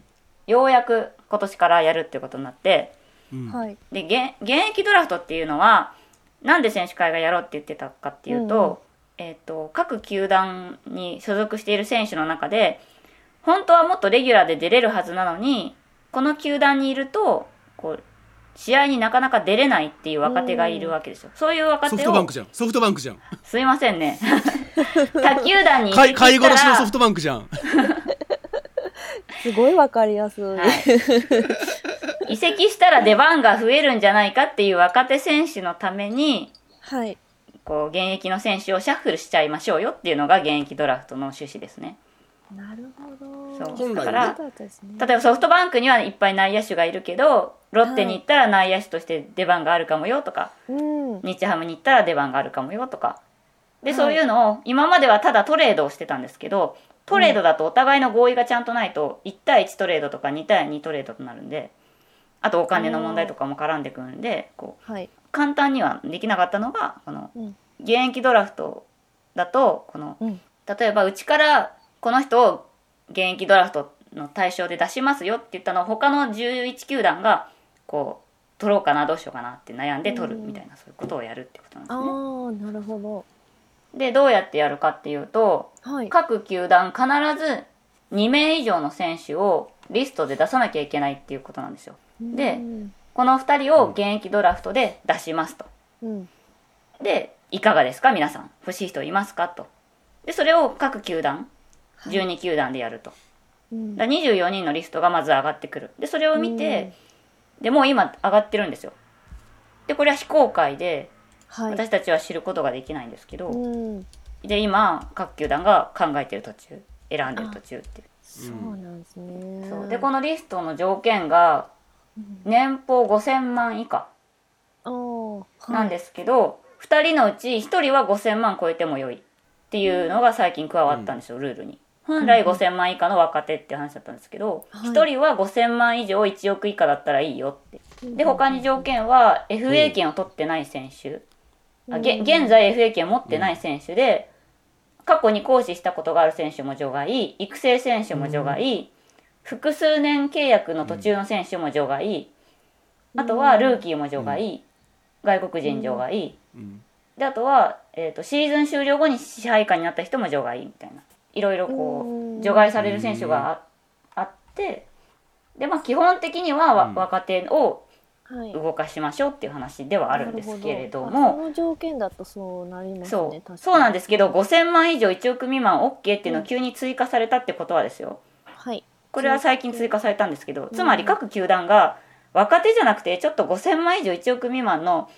ようやく今年からやるっていうことになって
うん
はい
で現現役ドラフトっていうのはなんで選手会がやろうって言ってたかっていうと,、えっと各球団に所属している選手の中で本当はもっとレギュラーで出れるはずなのにこの球団にいるとこう試合になかなか出れないっていう若手がいるわけですよ。そういう若
ソフ
手
トバン
を
クじゃんソフトバンクじゃん
すいませんね 他球団に行
買い買い
きた
殺しのソ
ら
フトバンクじゃん
すごいわかりやすい、
はい移籍したら出番が増えるんじゃないかっていう若手選手のために
はい
こう現役の選手をシャッフルしちゃいましょうよっていうのが現役ドラフトの趣旨ですね
なるほ
そう
ど
本来ね
だから
そうだったんですね
例えばソフトバンクにはいっぱい内野手がいるけどロッテに行ったら内野手として出番があるかもよとか、
うん
日ハムに行ったら出番があるかもよとかで
はい
そういうのを今まではただトレードをしてたんですけどトレードだとお互いの合意がちゃんとないと1対1トレードとか2対2トレードとなるんであとお金の問題とかも絡んでくるんでこう
はい
簡単にはできなかったのがこの
うん
現役ドラフトだとこの
うん
例えばうちからこの人を現役ドラフトの対象で出しますよって言ったのを他の11球団がこう取ろうかなどうしようかなって悩んで取るみたいなそういうことをやるってことなんで
あ
すね。
あなるほど
でどうやってやるかっていうと
はい
各球団必ず2名以上の選手をリストで出さなきゃいけないっていうことなんですよ。で
うん
この2人を現役ドラフトで出しますと。
うん
でいかがですか皆さん欲しい人いますかとでそれを各球団12球団でやると、
うん
だから24人のリストがまず上がってくるでそれを見て、でもう今上がってるんですよでこれは非公開で
はい
私たちは知ることができないんですけど、
うん
で今各球団が考えてる途中選んでる途中っていう
そうなんですね
そうでこのリストの条件が年俸5000万以下
のあー
なん
はい
ですけど、2人のうち1人は5,000万超えても良いっていうのが最近加わったんですよ、ルールに。本来5,000万以下の若手っていう話だったんですけど、
はい
1人は5,000万以上1億以下だったらいいよって。で他に条件は FA 権を取ってない選手、あげ現在 FA 権を持ってない選手で、過去に行使したことがある選手も除外育成選手も除外、複数年契約の途中の選手も除外、あとはルーキーも除外、外国人除外、
うん
であとは、えー、とシーズン終了後に支配下になった人も除外みたいないろいろこ
うん
う除外される選手がああってで、まあ、基本的にはわ、
うん
若手を
はい
動かしましょうっていう話ではあるんですけれど
なるほ
も
あこの条件だとそうなります
そ
ね
うそうなんですすけど5000万以上1億未満 OK っていうの
う
を
ん
急に追加されたってことはですよ
はい
これは最近追加されたんですけど
ん
つまり各球団が若手じゃなくてちょっと5000万以上1億未満の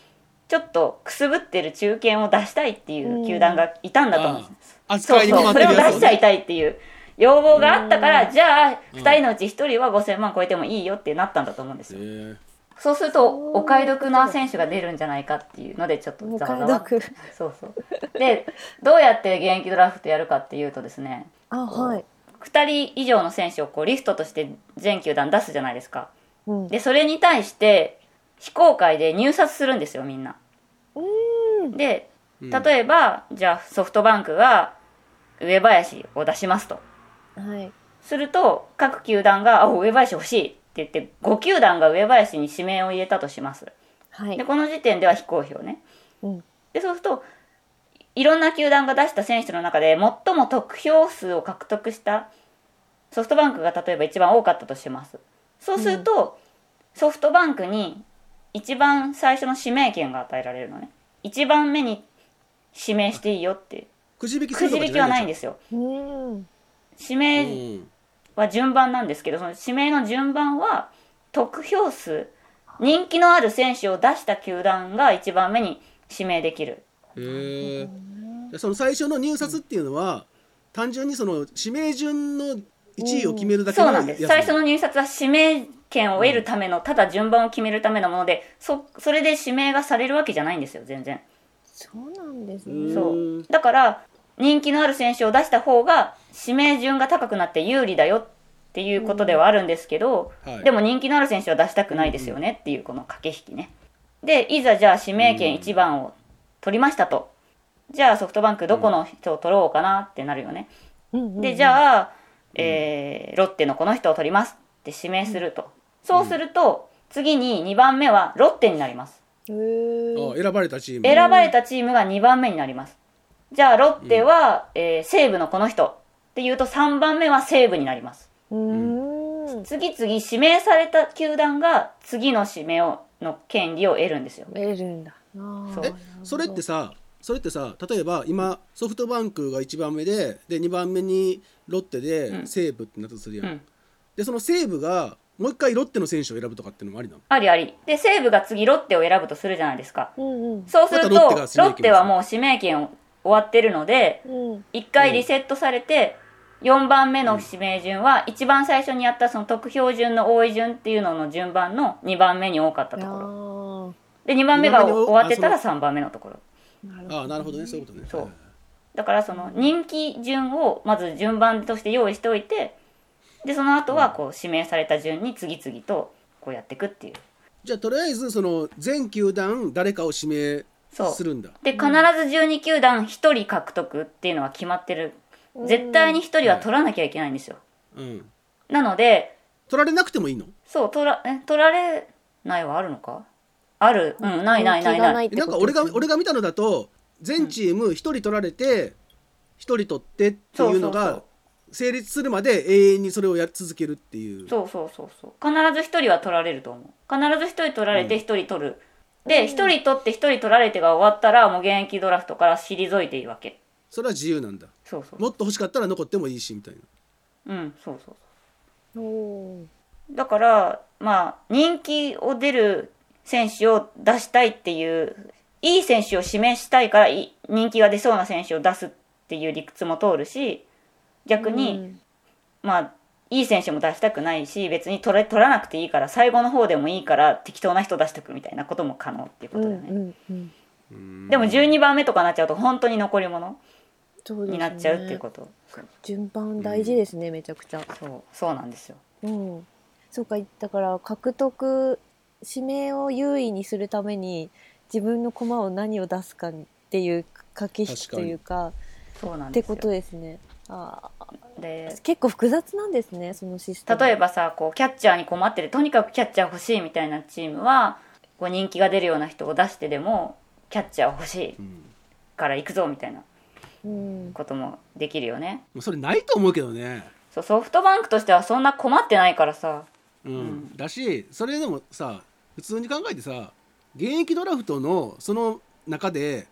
ちょっとくすぶってる中堅を出したいっていう球団がいたんだと思うんです
扱
そう
いに
そ
困
う
っ
それ
て
を
る
出
やつ
し
を
ちゃ
ね
いたいっていう要望があったからじゃあ
うん
2人のうち1人は5000万超えてもいいよってなったんだと思うんですよ
え
そうするとお買い得な選手が出るんじゃないかっていうのでちょっと
もう
ざ
解
わざわ
読
そうそうでどうやって現役ドラフトやるかっていうとですね
あはい
2人以上の選手をこうリストとして全球団出すじゃないですか
うん
でそれに対して非公開で入札するんですよみんなで
うん
例えば、じゃあソフトバンクが上林を出しますと
はい
すると各球団が「あ上林欲しい」って言って5球団が上林に指名を入れたとします
はい
でこの時点では非公表ね
うん
でそうするといろんな球団が出した選手の中で最も得票数を獲得したソフトバンクが例えば一番多かったとしますそうすると、ソフトバンクに一番最初の指名権が与えられるのね一番目に指名していいよって
くじ引きす
く
る
じ
とか
引き
じゃ
はないんですすよ
うん
指名、
うん
は順番なんですけどその指名の順番は得票数人気のある選手を出した球団が一番目に指名できる
へえその最初の入札っていうのは、単純にその指名順の1位を決めるだけ
そ
の
うなんです
やつ
最初の入札は指名権を得るための、ただ順番を決めるためのものでそそれで指名がされるわけじゃないんですよ全然
そうなんです
うん
ね
そうだから人気のある選手を出した方が指名順が高くなって有利だよっていうことではあるんですけど、
うんはい
でも人気のある選手は出したくないですよねっていうこの駆け引きね。でいざじゃあ指名権1番を取りましたと、じゃあソフトバンクどこの人を取ろうかなってなるよね。
うんうん
でじゃあ、えーロッテのこの人を取りますって指名すると、そうすると次に2番目はロッテになります。
へえ
あ選ばれたチーム
選ばれたチームが2番目になりますじゃあロッテは、えー西武のこの人っていうと3番目は西武になります
うん
次々指名された球団が次の指名をの権利を得るんですよ
得るんだあー
そう
え
なるほど
それってさそれってさ例えば今ソフトバンクが1番目でで2番目にロッテ
う
で
ん
西武ってなったとするやん、
うん
でその西武がもう一回ロッテの選手を選ぶとかっていうのもありなの
ありありで西武が次ロッテを選ぶとするじゃないですか
うんうん
そうすると、
またロッテが
ロ
指名権
ッテはもう指名権を終わってるので
うん
1回リセットされて4番目の指名順は一番最初にやったその得票順の多い順っていうのの順番の2番目に多かったところ
あ
で2番目が
二番目の
終わってたら
あ
3番目のところ
ーなるほ
ああなるほどねそういうことね
そう
はいはい
だからその人気順をまず順番として用意しておいてでその後はこう指名された順に次々とこうやっていくっていう
じゃあとりあえずその全球団誰かを指名
そう
するんだ
で必ず12球団1人獲得っていうのは決まってる絶対に1人は取らなきゃいけないんですよ
うん
なので
取られなくてもいいの
そう取らえ取られないはあるのかあるうんないないないない
い
えなんか俺が俺が見たのだと全チーム1人取られて1人取ってっていうの
そうそう
が成立するまで永遠にそれをやり続けるっていう
そうそうそうそう必ず1人は取られると思う必ず1人取られて1人取る、で1人取って1人取られてが終わったらもう現役ドラフトから退いていいわけ
それは自由なんだ
そうそう
もっと欲しかったら残ってもいいしみたいな
うんそうそう
おお
だからまあ人気を出る選手を出したいっていういい選手を指名したいからい人気が出そうな選手を出すっていう理屈も通るし逆に、まあいい選手も出したくないし別に取れ取らなくていいから最後の方でもいいから適当な人出してくみたいなことも可能っていうこ
う
と
ん
だよ
う
ね、
んうん
でも12番目とかになっちゃうと本当に残り物
そうです
に
ね
なっちゃうっていうことそう
順番大事ですね、めちゃくちゃ
そうそうなんですよ
うんそうかだから獲得指名を優位にするために自分の駒を何を出すかっていう駆け引きというか
そうなん
っ
で
て
すよ
ことですねあー
で
結構複雑なんですねそのシステム
例えばさこうキャッチャーに困っててとにかくキャッチャー欲しいみたいなチームはこう人気が出るような人を出してでもキャッチャー欲しい
うん
から行くぞみたいな
うん
こともできるよね
もうそれないと思うけどね
そうソフトバンクとしてはそんな困ってないからさ
うん
ん
だしそれでもさ普通に考えてさ現役ドラフトのその中で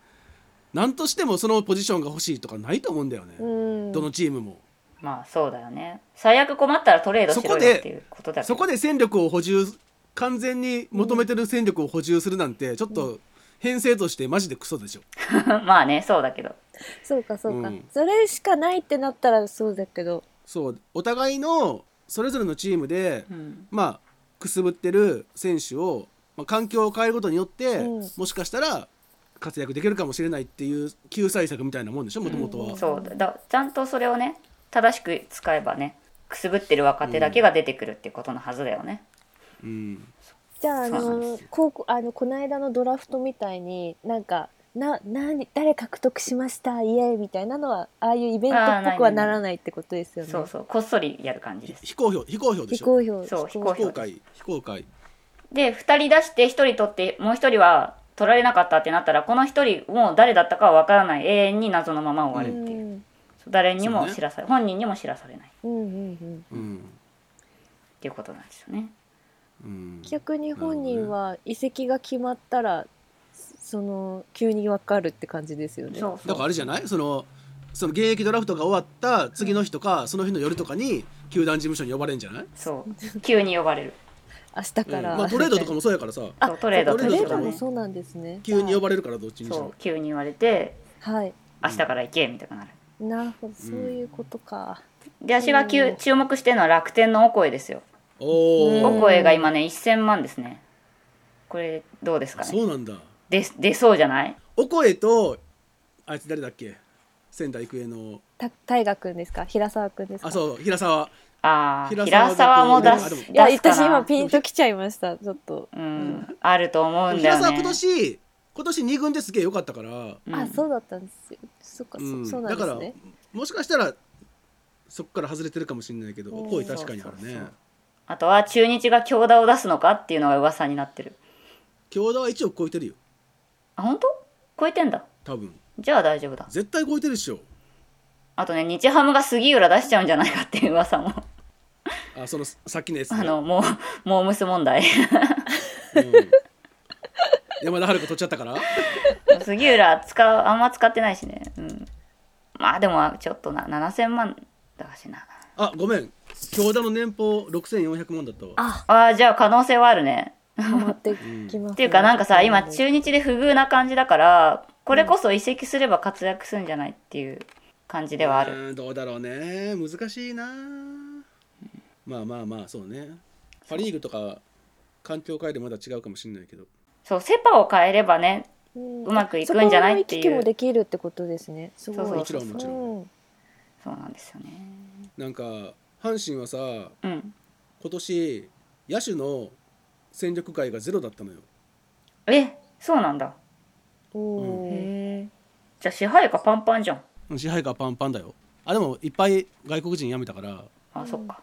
何としてもそのポジションが欲しいとかないと思うんだよね、
うん
どのチームも。
まあそうだよね最悪困ったらトレードしろよっていうことだけど
そこで戦力を補充完全に求めてる戦力を補充するなんてちょっと編成としてマジでクソでしょ。
まあねそうだけど
そうかそうか、
うん
それしかないってなったらそうだけど
そうお互いのそれぞれのチームで、
うん
まあくすぶってる選手を、まあ、環境を変えることによって、
うん
もしかしたら活躍できるかもしれないっていう救済策みたいなもんでしょもともとは。
そうだだちゃんとそれをね正しく使えばねくすぶってる若手だけが出てくるっていうことのはずだよね、
うん
じゃああ
そうなん
の高校あのこの間のドラフトみたいになんかな何誰獲得しましたイエーイみたいなのはああいうイベントっぽくは
あーないないない
ならないってことですよね。
そうそうこっそりやる感じです
非公表非公表で
非
しょ
公表
そう非
非公
公表
非
表
公開非公開
で2人出して1人取ってもう1人は取られなかったってなったらこの1人もう誰だったかは分からない永遠に謎のまま終わるっていう、そう誰に
そう
も
ね
知らされ、本人にも知らされないっ
うんうんうんうん
うん
ていうことなんですよね
うん
逆に本人は移籍が決まったら、その急にわかるって感じですよね。
そうそう
だからあれじゃないそのその現役ドラフトが終わった次の日とか、その日の夜とかに球団事務所に呼ばれるんじゃない、
そう急に呼ばれる
明日
うん
から、
まあ、トレードとかもそうやからさ
あ
そうトレード
トレー
トレード
ド
とか
も
ね
そうなんですね。
急に呼ばれるからどっちにし
そ
ろ
う急に言われて
はい。
明日から行けみたいになる
なるほど、そういうことか。
で私が急注目してるのは楽天のオコエですよ
お
オ
お、
うん
コエが今ね1000万ですねこれどうですかね
そうなんだ
出出そうじゃない
お声とあいつ誰だっけ仙台育英の
た大河君ですか、平沢君ですか。
あそう平沢
ああ
平沢
平沢も出
あでも
す
いや、
出すか
私
な
今ピンときちゃいました、ちょっと。
うん、あると思うんだ
平
よ
沢
ね
今年今年2軍ですげえ良かったから、
うん
あ、そうだったんですよ。そっか、
うん
そそうな
だ
んで
か
す
ら
ね。
もしかしたらそこから外れてるかもしれないけど
うん
お声確かにある
そうそう
ね
そうあとは中日が強打を出すのかっていうのが噂になってる
京田は1億超えてるよ
あ本当超えてんだ
多分
じゃあ大丈夫だ
絶対超えてるっしょ
あとね日ハムが杉浦出しちゃうんじゃないかっていう噂も
あそのさっきのやつね
あのもうもうムス問題
うん山田遥子取っちゃったから
杉浦使うあんま使ってないしねうんまあでもちょっとな7000万だしな
あごめん京田の年俸6400万だったわ
あ
ああじゃあ可能性はあるね
ハマってきます、ね
っていうかなんかさ今
う
中日で不遇な感じだからこれこそ移籍すれば活躍するんじゃないっていう感じではある、
うんどうだろうね難しいなまあまあまあそうねパ・リーグとか環境変えでまだ違うかもしれないけど
そうセ・パを変えればね
ん
うまくいくんじゃないっていう
そこの行き来もできるってことですね。すごい。
そう
もちろんもちろん
うん
そうなんですよね
なんか阪神はさ
うん
今年野手の戦力外がゼロだったのよ
えそうなんだ
おー
へえじゃあ支配下パンパンじゃん
支配下パンパンだよあでもいっぱい外国人辞めたから
あ、そっか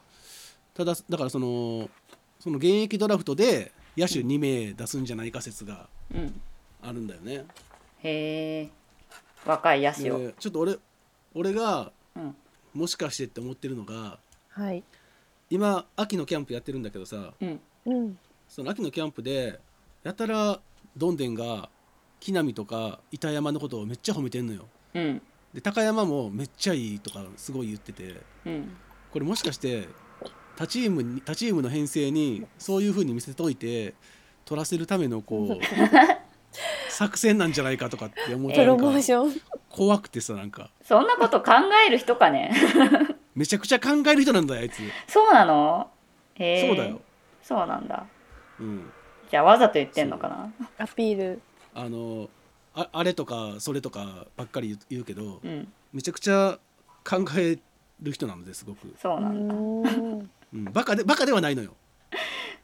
ただだからそのその現役ドラフトで野手2名出すんじゃないか説が
うん
あるんだよね、
へえ若い野手を、
でちょっと俺俺が
うん、
もしかしてって思ってるのが
はい。
今秋のキャンプやってるんだけどさ
うん、
うん。
その秋のキャンプでやたらどんでんが木浪とか板山のことをめっちゃ褒めてんのよ
うん
で高山もめっちゃいいとかすごい言ってて
うん
これもしかして他チームに他チームの編成にそういう風に見せといて取らせるためのこう作戦なんじゃないかとかって思うと
プ
な
ロ
んか
モーション。
怖くてさなんか
そんなこと考える人かね
めちゃくちゃ考える人なんだよあいつ、
そうなのへえ
そうだよ、
そうなんだ
うん、
じゃあわざと言ってんのかな
アピール。
あのああれとかそれとかばっかり言う言うけど
うん
めちゃくちゃ考える人なのですごく、
そうなんだ
うん
うん、バカでバカではないのよ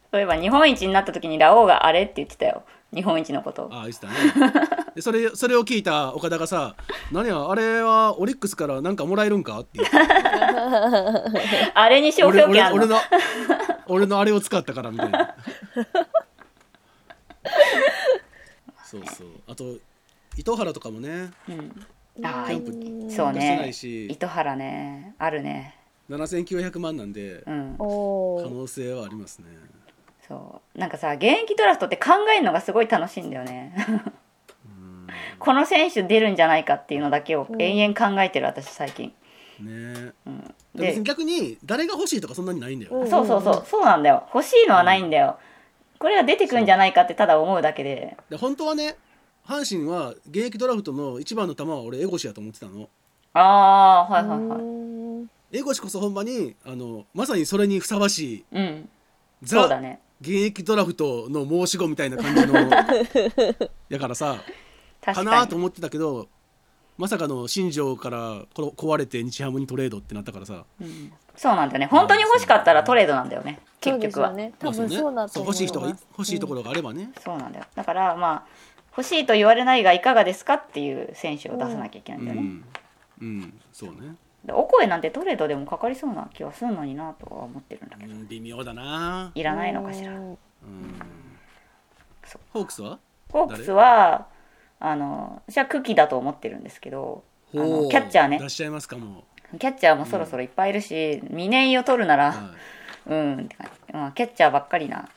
そういえば日本一になった時にラオウがあれって言ってたよ日本一のことを
ああ言ってた ねでそれそれを聞いた岡田がさ「何やあれはオリックスからなんかもらえるんか?」って言って
あれに商
俺
標権あ
俺
んの
俺の俺のあれを使ったからみた いなそうそうあと糸原とかもね
うん、ああ
キャ
い
ンプ
そう
出してな
ね
いし
糸原ねあるね
7900万なんで
うん
お
可
ー
能性はありますね
そうなんかさ現役ドラフトって考えるのがすごい楽しいんだよね
うん
この選手出るんじゃないかっていうのだけを
うん
延々考えてる私最近、
ね
うん、
で別
で
に逆に誰が欲しいとかそんなにないんだよ、
うん
そうそうそうそうなんだよ欲しいのはないんだよこれは出てくんじゃないかってただ思うだけで
で本当はね阪神は現役ドラフトの一番の球は俺江越やと思ってたの
ああーは
はい
はいはいう
江越こそほんまにあのまさにそれにふさわしい
うんそうだ
ザ、
ね
現役ドラフトの申し子みたいな感じのやからさか
確
な
かに
と思ってたけどまさかの新庄からこ壊れて日ハムにトレードってなったからさ
うんそうなんだよね本当に欲しかったらトレードなんだよね結局は
そうですよね多分そう
まあ
だ
そうねそ
と思う
う欲しい人がい
な
欲しいところがあればね、
そうなんだよだからまあ欲しいと言われないがいかがですかっていう選手を出さなきゃいけないんだよね、
うん、うんそうね、
でお声なんてトレードでもかかりそうな気はするのになとは思ってるんだ
う
けど
ん、微妙だない
らないのかしら
うん
うん
そう
ホークスは
ホークスはあの私は茎だと思ってるんですけどあの
ほう
キャッチャーね
出しちゃいますかも
キャッチャーもそろそろいっぱいいるし峰井を取るな
う、
ら
は
うんって感じ、まあ、キャッチャーばっかりな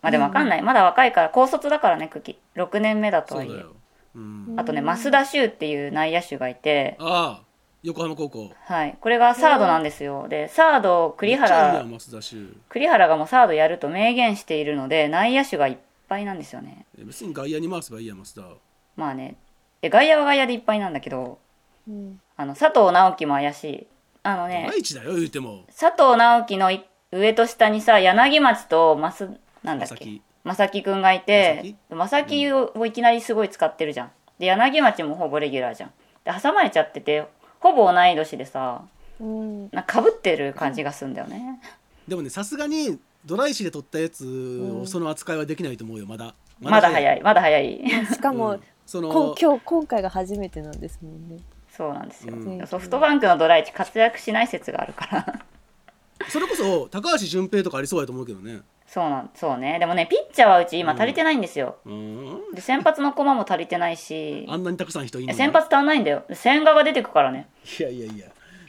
まあでも分かんない、まだ若いから高卒だからね茎6年目だ
い、
と
そ
はいう
だ
え
よ、うん、
あとね増田修っていう内野手がいて
ああ横浜高校
はい、これがサードなんですよ。で、サード、栗原、
めっちゃいいやん増田修
栗原がもうサードやると明言しているので、内野手がいっぱいなんですよね。
え別に外野に回せばいいやん増田
まあね、で外野は外野でいっぱいなんだけど、
うん
あの、佐藤直樹も怪しい。あのね、
毎日だよ言うても
佐藤直樹のい上と下にさ、柳町と増、なんだっ
佐々
け、
木
正木くんがいて、正木ををいきなりすごい使ってるじゃん。で、柳町もほぼレギュラーじゃん。で、挟まれちゃってて、ほぼ同い年でさ、
うん
なんか被ってる感じがするんだよね。
でもねさすがにドライシで取ったやつ
う
を
ん
その扱いはできないと思うよまだ
まだ
い
早い、まだ早い。
しかも、
そ
こん
の
今日今回が初めてなんですもんね。
そうなんですよ、
うん
ソフトバンクのドライチ活躍しない説があるから
それこそ高橋純平とかありそうやと思うけどね
そうなんそうねでもねピッチャーはうち今足りてないんですよ、
うーん
で先発の駒も足りてないし
あんなにたくさん人いんの
え
に
先発足んないんだよ千賀が出てくからね
いやいやいや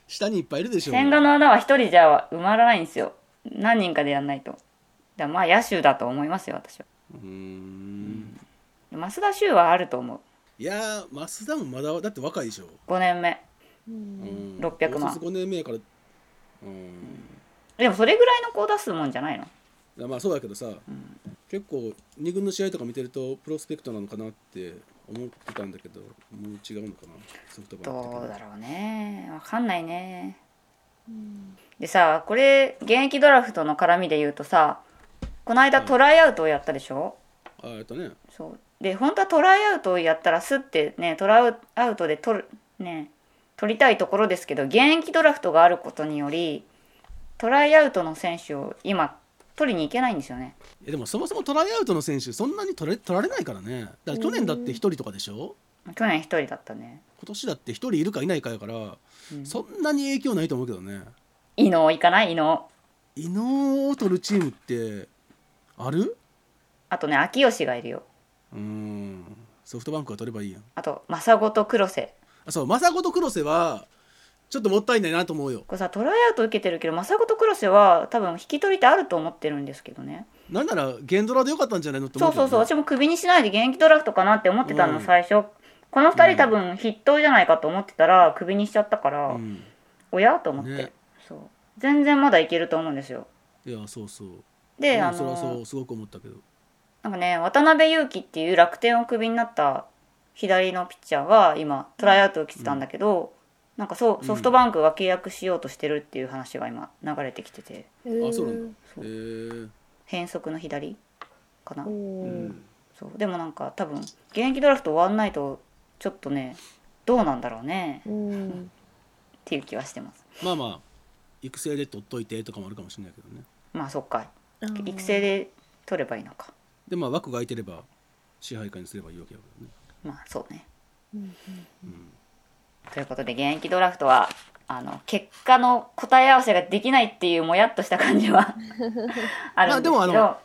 下にいっぱいいるでしょ
千賀の穴は一人じゃ埋まらないんですよ何人かでやんないとだまあ野手だと思いますよ私は
うーん
で増田修はあると思う
いやー増田もまだだって若いでしょ
5年目
うん
600万
5年目やからうん
でもそれぐらいの子を出すもんじゃないの
まあそうだけどさ、結構2軍の試合とか見てるとプロスペクトなのかなって思ってたんだけどもう違うのかなソフトバンクって
どうだろうねわかんないねでさこれ現役ドラフトの絡みで言うとさこの間
うん
トライアウトをやったでしょ、
あえっとね
そうで本当はトライアウトをやったらすってねトライアウトで取るね取りたいところですけど現役ドラフトがあることによりトライアウトの選手を今取りに行けないんですよね
いやでもそもそもトライアウトの選手そんなに取れ取られないからねだから去年だって1人とかでしょ
去年一人だったね
今年だって1人いるかいないかやから、
うん
そんなに影響ないと思うけどね
伊能行かない伊能
伊能を取るチームってある
あとね秋吉がいるよ
うーんソフトバンクが取ればいいやん
あと真子と黒瀬
あそう政子と黒瀬はちょっともったいないなと思うよ
これさトライアウト受けてるけど真子と黒瀬は多分引き取りってあると思ってるんですけどね
なんならゲンドラでよかったんじゃないのって思
そうう
けど
そ
ね
うそう私もクビにしないで現役ドラフトかなって思ってたの、
うん
最初この2人多分筆頭じゃないかと思ってたらクビにしちゃったから、
うん
おやと思って、
ね
そう全然まだいけると思うんですよ
いやそうそう
で、
うん
あ
それはそ
の
うすごく思ったけど
なんかね渡辺裕樹っていう楽天をクビになった左のピッチャーが今トライアウトを来てたんだけど、なんかそうソフトバンクが契約しようとしてるっていう話が今流れてきてて
うん
そうなんだ
そう
へえー
変則の左かな、
うん
そうでもなんか多分現役ドラフト終わんないとちょっとねどうなんだろうねっ
うん
ていう気はしてます
まあまあ育成で取っといてとかもあるかもしれないけどね
まあそっか
うん
育成で取ればいいのか
でまあ枠が空いてれば支配下にすればいいわけだからね
まあそうね
うん
ということで現役ドラフトはあの結果の答え合わせができないっていうもやっとした感じ はあるんですけど、
ま
ま
あ
あ、
でもあの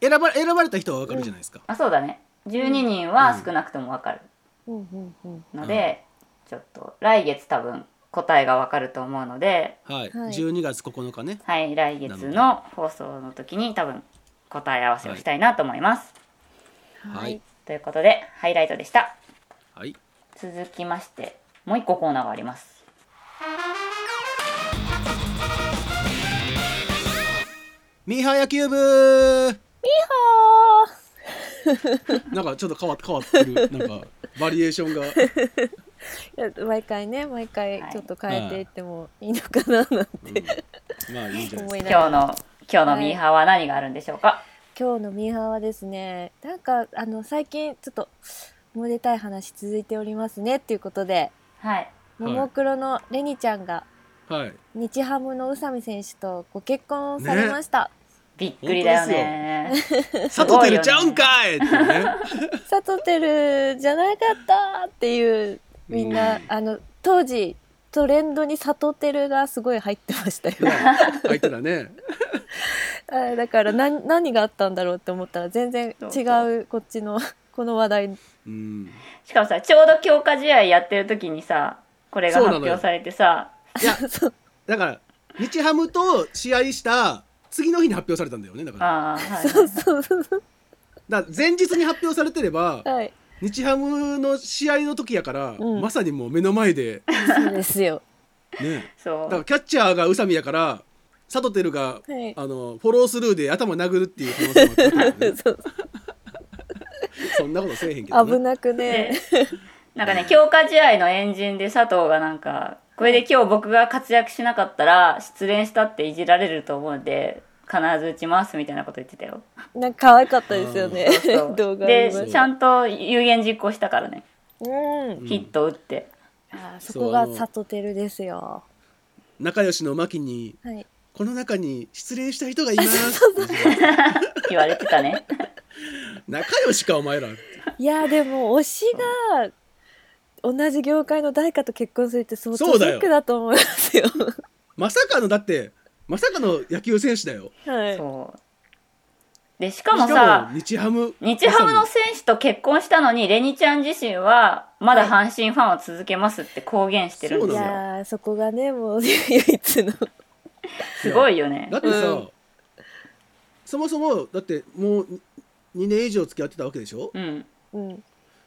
選ば選ばれた人はわかるじゃないですか、
そうだね12人は少なくとも分かる
うんうんうん
ので、ちょっと来月多分答えが分かると思うので
はい、
はい
12月9日ね
はい来月の放送の時に多分答え合わせをしたいなと思います、
は
はいい。
ということでハイライトでした
はい
続きましてもう一個コーナーがあります
ミーハー野球部
あー
なんかちょっと変わっ変わってるなんかバリエーションが
いや毎回ね毎回
はい
ちょっと変えていってもいいのかななんて
まあいいんじゃない
思いなが
今
ら、
日の今日のミーハーは何があるんでしょうか、
今日のミーハーはですねなんかあの最近ちょっとおめでたい話続いておりますねっていうことで
はい
ももクロのレニちゃんが
はい
日ハムの宇佐美選手とご結婚されました、
びっくりだよね
サトテルちゃうんかいっていうね
サトテルじゃなかったっていうみんな、
うん
あの当時トレンドにサトテルがすごい入ってましたよ
入ってたね
あだから何何があったんだろうって思ったら全然違うこっちの この話題
うん
しかもさちょうど強化試合やってる時にさこれが
そう
発
なのよ
表されてさ
いや
そう
だから日ハムと試合した次の日に発表されたんだよねだから
ああはい
そうそうそう
だから前日に発表されてれば
はい
日ハムの試合の時やから、
うん
まさにもう目の前で
そうですよ
ね
そ
だから
う
キャッチャーが宇佐美やからサトテルが、
はい
あのフォロースルーで頭殴るっていう可能性もあったから ね
そう
そんなことせえへんけど
危
ね
なくね
で なんかね強化試合の円陣で佐藤がなんかこれで今日僕が活躍しなかったら失恋したっていじられると思うんで必ず打ちますみたいなこと言ってた よ
なんか可愛かったですよね
そう
動画見ま
で
し
ちゃんと有言実行したからね、
たうん
ヒット打って
あーそ
そ
こ
うあ
が
の
サトテルですよ
仲良しの牧に
はい
この中に失恋した人がいますって
言われてた ね
仲良しかお前ら
いやでも推しが同じ業界の誰かと結婚するって相当
そう
シ
だ
ョ
よ
ックだと思いますよ
まさかのだってまさかの野球選手だよ
はい
そうでしかも
しか
さ
も日ハム
日ハムの
宇
選手と結婚したのにレニちゃん自身はまだ阪神ファンを続けますって公言してるん
い
です
そう
よ
な
やーそこがねもう唯一の
佐美
すごいよね
だってさ、
うん
そもそもだってもう2年以上付き合ってたわけでしょ
うん
うん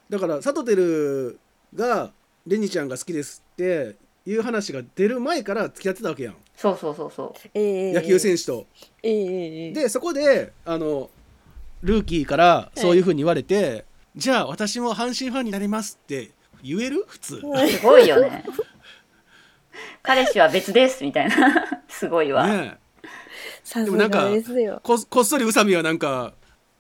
だからサトテルがレニちゃんが好きですっていう話が出る前から付き合ってたわけやん、
そうそうそうそう
ええ
野球選手と。
ええええ
でそこであのルーキーからそういうふうに言われて、じゃあ私も阪神ファンになりますって言える 普通。
すごいよね。彼氏は別ですみたいな。 すごいわ。
ね
さ
ですもなんか
がですよ
えここっそり宇佐美はなんか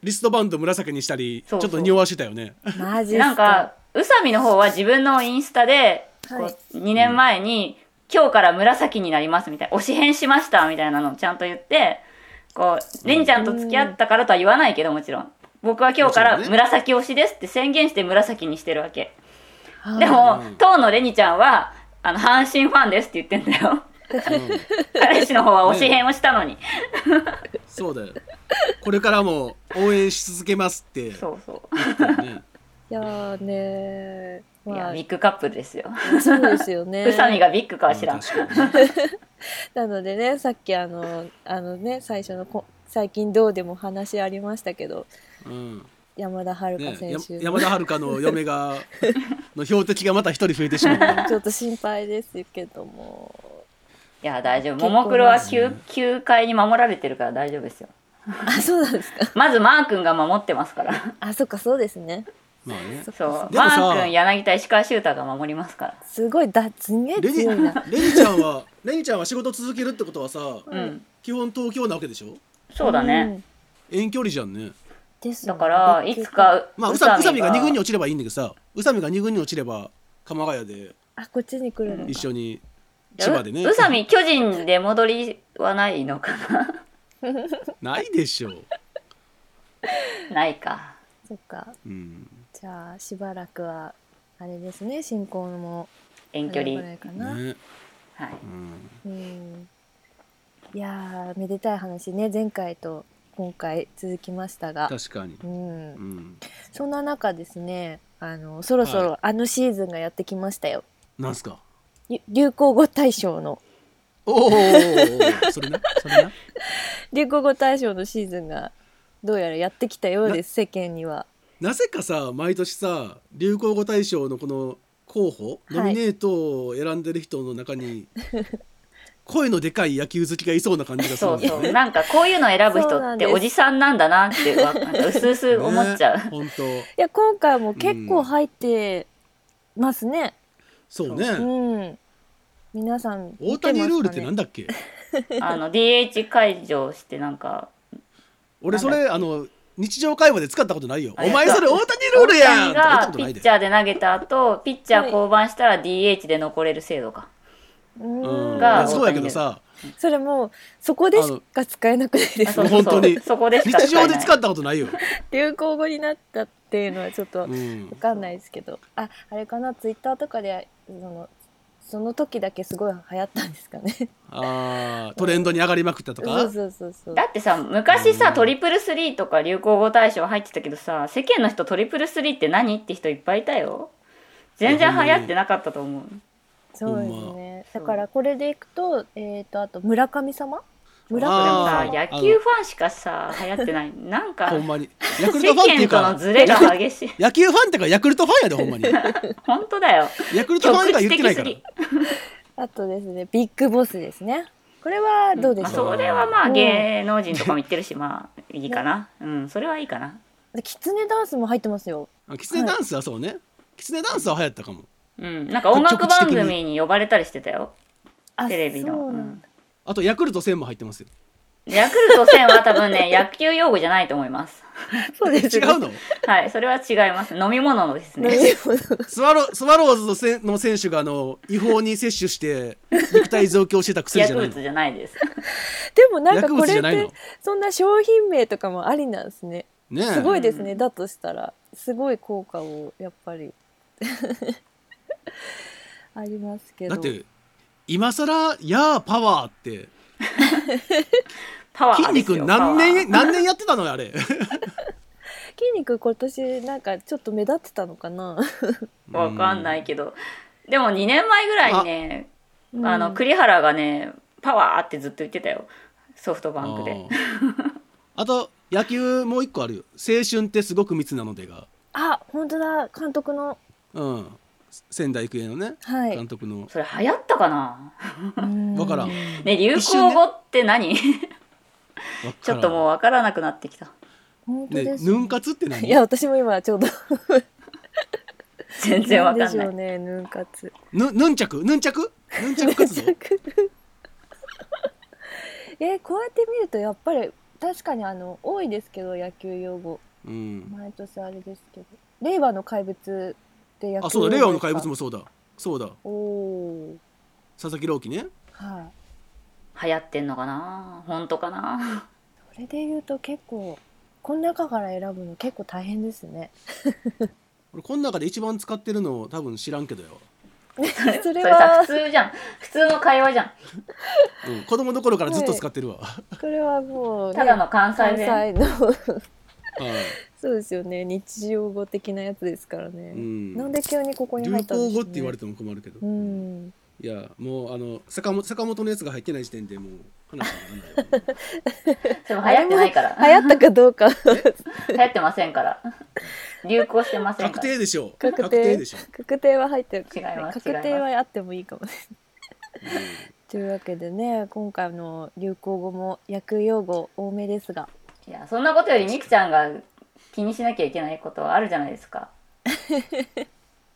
リストバンド紫にしたり
そうそう
ちょっと匂わしてたよね。
マジっす
なんか、宇佐美の方は自分のインスタで、
はい
こう2年前に、今日から紫になりますみたいな、推し変しましたみたいなのをちゃんと言って、こう、レンちゃんと付き合ったからとは言わないけどもちろん。僕は今日から
もちろんね
紫推しですって宣言して紫にしてるわけ。
はい
でも
うん、
当のレニちゃんは、あの、阪神ファンですって言ってんだよ。
うん
彼氏の方は推し変をしたのに。
そうだよ。これからも応援し続けますって。
そうそう。
ね
いやーねー
い
ま
や、
あ
ビッグカップルですよ。
そうですよね
宇佐美がビッグかは知らん。
確かにね
なのでねさっきあのあのね最初のこ最近どうでも話ありましたけど
うん
山田遥
ね
香選手、
や山田遥の嫁がの標的がまた一人増えてしまった。
ちょっと心配ですけ ども
いや大丈夫
結構
ももクロは球球界に守られてるから大丈夫ですよ
あそうなんですか
まずマー君が守ってますから
あそっかそうですね
まあね。
そう
でも
マ
さ
ー君柳田石川修太が守りますから
すごいだすんげえ
レニ
強いな
レニちゃんはレニちゃんは仕事続けるってことはさ、
うん
基本東京なわけでしょ。
そうだね、
ん
遠距離じゃんね。
ですよ
だ
ね
からいつか
まあ宇
宇
佐
佐
宇佐
美
美が二軍に
が
落ちればいいんだけどさ、宇佐美が二軍に落ちれば鎌ヶ谷で
あこっちに来るのか
一緒に
じゃ
千
あ
葉でね。
う宇佐美巨人で戻りはないのかな
ないでしょう。
ないか
そっか
うん。
じゃあしばらくはあれですね進行も
遠距
あれ
離
ぐらいかな、
ね。
はい
うん。
うんいやーめでたい話ね前回と今回続きましたが
確かに。
うん
うん。
そんな中ですねあのそろそろあのシーズンがやってきましたよ、
なんすか。
ゆ流行語大賞の
おお。それな。それな。
流行語大賞のシーズンがどうやらやってきたようです世間には
なぜかさ毎年さ流行語大賞のこの候補、
はい
ノミネートを選んでる人の 中に声のでかい野球好きがいそうな感じがす
そ
るん
う
だよ
そう。
ね。
なんかこういうの選ぶ
そう
人
な
っ
ん
て
です
おじさんなんだなってわ、なんかうすうす思っちゃう。
ね本当
いや今回も結構入ってますね
そうね。
うん、皆さ
大
ん見てますか、ね、
谷ルールってなんだっけ？
あの DH 解除してなんか
俺そ
なん
れあの日常会話で使ったことないよ。
あ
お前それ大谷ルール
大
や
谷
んって言った
が
こと
ピ
ないで
ッチ。ャーで投げた後ピッチャー降板したら DH で残れる制度か。
うん、
うん
が
そうやけどさ、
それもうそこでしか使えなくないで
あ
す
そ
か
うそうそう
本当に
そこでしか
日
使え
常
な
で
い
使ったことないよ。
流行語になったっていうのはちょっとわ
うん、
かんないですけど、ああれかなツイッターとかでそのその時だけすごい流行ったんですかね
あートレンドに上がりまくったと
そ
か
う。そうそうそう
だってさ昔
う
さ
ん
トリプルスリーとか流行語大賞入ってたけどさ世間の人トリプルスリーって何って人いっぱいいたよ全然流行ってなかったと思う
そうで
ほ
す
ん
ねだからこれでいくとえっ、とあと村神様村
で
神
も
あ
さ
ー
野球ファンしかさ流行ってない なんか
ほんまに。ヤクル
世
トファンって
間
いう
と
か
の、ズレが激しい
野球ファンってかヤクルトファンやでほんまに。
本当だよ
ヤクルトファンが言ってないから。
局地
あとですねビッグボスですねこれはどうで
まあ、
し
ん
ょう、
それはまあ芸能人とかも言ってるしまあいいかなうんそれはいいかな
でキツネダンスも入ってますよ
あキツネダンスはそうね。キツネダンスは流行ったかも。
うんなんか音楽番組に呼ばれたりしてたよ
あ
テレビの
そう
う
なんんだ、
あとヤクルト1000も入ってますよ。
ヤクルト1000は多分 ね野球用語じゃないと思います
そうです
違
ね
うの？
はいそれは違います飲み物のです
飲
ね
み物
スワロスワローズのせんの選手があの違法に摂取して肉体増強してた薬じゃ
薬
ないの
物。じゃないです。
でもなんか
薬
こ
物じ
れ
ゃ
っ
ないの
てそんな商品名とかもありなんですね
ねえ
すごいですね、
うん
だとしたらすごい効果をやっぱり ありますけど
だって今さら「やーパワー」って
パワーです
筋
よ。
肉何
パワ
年
ー
何年やってたのよあれ
筋肉今年なんかちょっと目立ってたのかな
わかんないけど。でも2年前ぐらいにね、
うん
あの、栗原がね、パワーってずっと言ってたよ。ソフトバンク
あ
で
ー。あと野球もう一個あるよ「青春ってすごく密なのでが」
あ本当だ監督の
うん、仙台育英のね
はい
監督の
それ流行ったかな
わ
わからんわ
ね、流
一瞬
行
ね
語って何
からん
ちょっともうわからなくなってきた。
本当
ね
です
ヌン活って
い
何
や私も今ちょうど
全然わかんな
でしょ。
いう
ねヌン活
ぬヌンチャクヌンチャクヌンチャク活動
えこうやって見るとやっぱり確かにあの多いですけど野球用語
うん
毎年あれですけど令和の怪物って野球
あそうだ令和の怪物
も
もそうだそうだ
おお
佐々木朗希ね
はい
流行ってんのかな本当かな
それで言うと結構この中から選ぶの結構大変で すね
俺この中で一番使ってるの多分知らんけどよ、
それ
それさ、
は
普通じゃん。普通の会話じゃん。
うん、子供の頃からずっと使ってる わ、
これはもうね、
ただの関西
関
弁。
西の
はい
そうですよね日常語的なやつですからね、
うん
なんで急にここに
流
入ったんで
行
す
語って言われ
て
ても困るけど、
うん
いやもうあの坂本坂本のやつが入ってない時点でもう話にな らない
でも流行っ
よ
てないから。
流行ったかどうか
流行ってませんから。 流行してませんか
確
ら。
定でしょう
確定
でしょう、
確定は入ってる
違います
確定はあってもいいかもしれない
うん
というわけでね今回の流行語も薬用語多めですが
いや、そんなことよりみくちゃんが気にしなきゃいけないことはあるじゃないですか。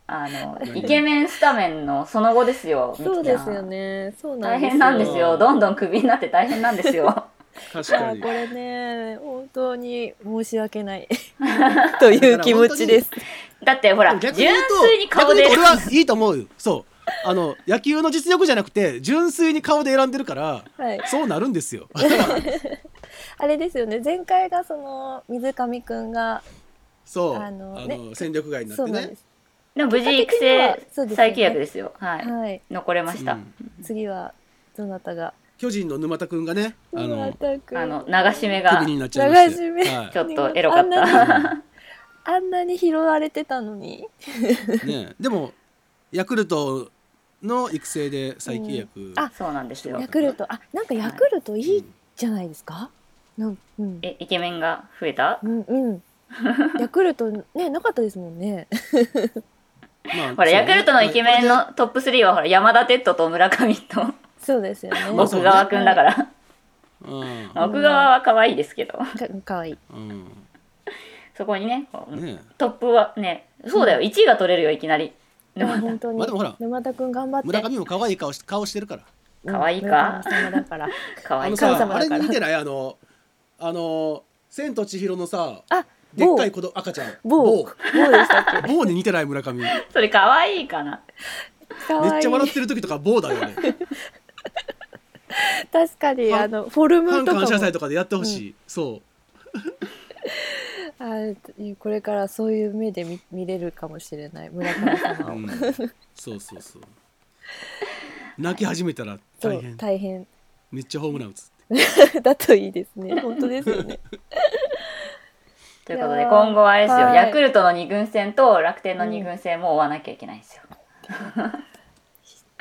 あの、
何
イケメンスタメンのその後ですよ、み
そう
くち
で
ゃん。
すよねそうな
大
んです
変なんです
そ
よ。
う
どんどんクビになって大変なんです よ。
確
いや
か
ー
に
これね本当に申し訳ない という気持ちです。
だってほら、純
逆に言うと
粋に顔で
逆に言うと。俺はいいと思うよそうあの野球の実力じゃなくて純粋に顔で選んでるから
はい、
そうなるんです よ
あれですよね前回がその水上くんが、
そうあ
あ
の、
のね
戦力外になっ
そ
て
うなん
ね
です、
でも無事育
結果的にはそうです
成
ね
再契約ですよ。はい。
はい、
残れました。
うん
次はどなたが
巨人の沼田君がねあ
うわ
の
たくん
あの、流し目
ク
が
ビになっちゃいまして
流し目
は
ちょっとエロかっ
あんな
た。
あんなに拾われてたのに
い、ねでもヤクルトの育成で再契約、
うんあ
そうなんですよ
ヤ。クルトあなんかヤクルトいいじゃないですか、なんうん
えイケメンが増えた
うん うんヤクルトねなかったですもんね
まあ
ほらヤクルトのイケメン
まあ
のトップ3はほら山田哲人と村上と
そうですよね
まあ
奥川くんだから、
これで
まあ奥川は可愛いですけど
かかわいい
うん
そこにねこう
うんね
トップはねそうだよ1位が取れるよいきなり
あ本当に、
まあでもほら
沼田くん頑張って
村上も可愛い顔し顔してるから
可愛いか
うん村上様だから
可
あ
愛い
の
神
さ
様
あ
だ
れ
から
見てないあのあの「千と千尋」のさ
あ
でっ
某
かい子ど赤ちゃん
某某
某
でしたっけ
某に似てない村上めっ
それ可愛いかな
かわい
ちゃ笑っ
い
てる時とか某だよね
確かに
反
あのフォルム
反
とかも
感謝祭とかでやってほしい、そ
あこれからそういう目で見見れるかもしれない村上
う、
様
う
を、
ん、そうそうそう泣き始めたら
そ
大
う
変
大変
めっちゃホームラン打つ
だといいです ね本当ですよね
ということ
い
で
やー
今後はあれですよ、
はい
ヤクルトの2軍戦と楽天の2軍戦も追わなきゃいけないんですよ、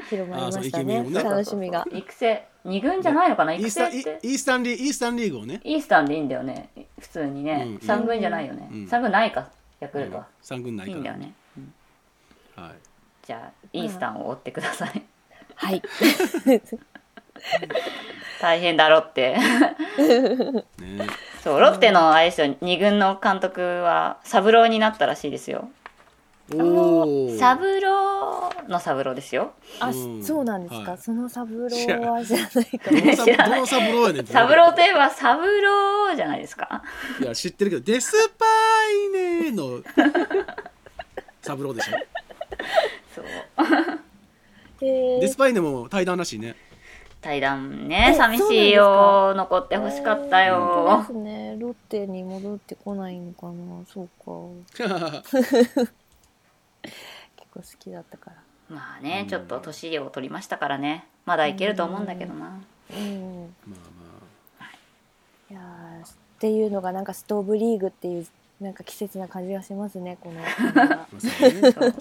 広まりました
あーそうイケメン
ね
もね
楽しみが
育成2軍じゃないのかな
イー
育
スタ
成っ
イ
て
イースタンリーイースタンリーグをね、
イースタンでいいんだよね普通にね、
うんうん
3軍じゃないよね、
うん
3軍ないかヤク
う
ル
ん
トは、、
三軍ない
いい
か
んだよ
ら、
ね
はい、
じゃあイースタンを追ってください
はい
大変だろって
ね、
そうロッテのあれですよ2軍の監督は三郎になったらしいですよ
おお
三郎の三郎ですよ
あ、
うん
そうなんですか、
はい
その三郎はじゃない
ど
か
のサ
知ら
どのサブローやねんって
三郎といえば三郎じゃないですか
いや知ってるけど「デスパイネ」 のサブローでしょ
そう
え
デスパイネも対談らしいね
対談ね
え
寂
そうなん
しい
です
よ
か
残ってほしかったよ
本当ですねロッテに戻ってこないのかなそうか結構好きだったから
まあねちょっと年を取りましたからねまだいけると思うんだけどな
うん
まあ
いやーっていうのがなんかストーブリーグっていうなんか季節まあ季節な感じがしますねこの
まあ、まあそうね
そう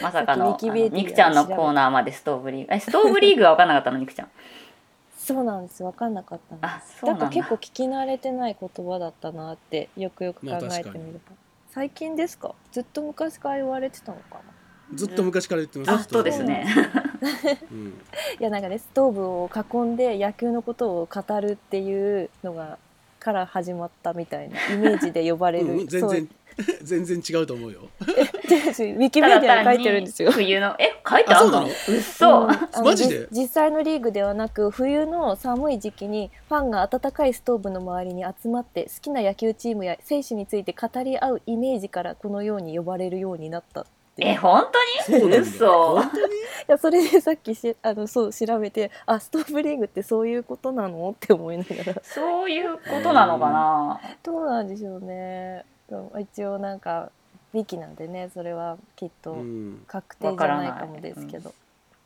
まさかの
さっきウィ
あ
キペディア
の肉ちゃんのコーナーまでストーブリーグえストーブリーグが分かんなかったの肉ちゃん
そうなんです分かんなかったんで
あ
す
そうなんだ
から結構聞き慣れてない言葉だったなってよくよく
ま
考
あ
えて
確かに
みると、最近ですかずっと昔から言われてたのかな
ずっと昔から言ってます
あそうですね
うん
いやなんかねストーブを囲んで野球のことを語るっていうのがから始まったみたいなイメージで呼ばれ
う
る、
んうん、全
そう
然 全然違うと思うよ
ウィキ
た
ペ
だ
ディア
単
に書いてるん
に
ですよ。
冬のえ書いてあんの
あ
嘘
んあの
マジで
じ実際のリーグではなく冬の寒い時期にファンが暖かいストーブの周りに集まって好きな野球チームや選手について語り合うイメージからこのように呼ばれるようになったっていう
え本当
そう
に
なんだ
嘘
本当に
いやそれでさっきしあのそう調べてあストーブリーグってそういうことなのって思いながら
そういうことなのかな
どうなんでしょうねそう一応なんかウィキなんでねそれはきっ
う
と
ん
確定じゃないかもですけど。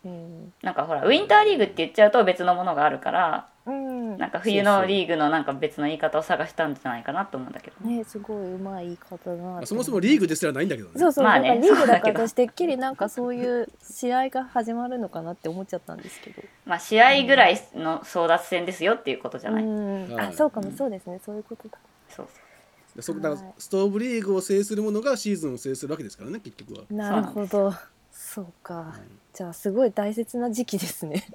うん
なんかほらウィンターリーグって言っちゃうと別のものがあるから
うん
なんか冬のリーグのなんか別の言い方を探したんじゃないかなと思うんだけど
ねすごいうまい言い方だな
まあ
って
そもそもリーグですらないんだけどね
そうそう、
まあ
だ
ね
からリーグだ
そうだけ
か
ど
ら私てっきり なんかそういう試合が始まるのかなって思っちゃったんですけど。
まあ試合ぐらいの争奪戦ですよっていうことじゃない、
うん、
は
あ
い
そうかも、
うん
そうですねそういうことだ。
そう
でそこだか
は
ら
い
ストーブリーグを制する者がシーズンを制するわけですからね結局は、
なるほどそうかじゃあすごい大切な時期ですね。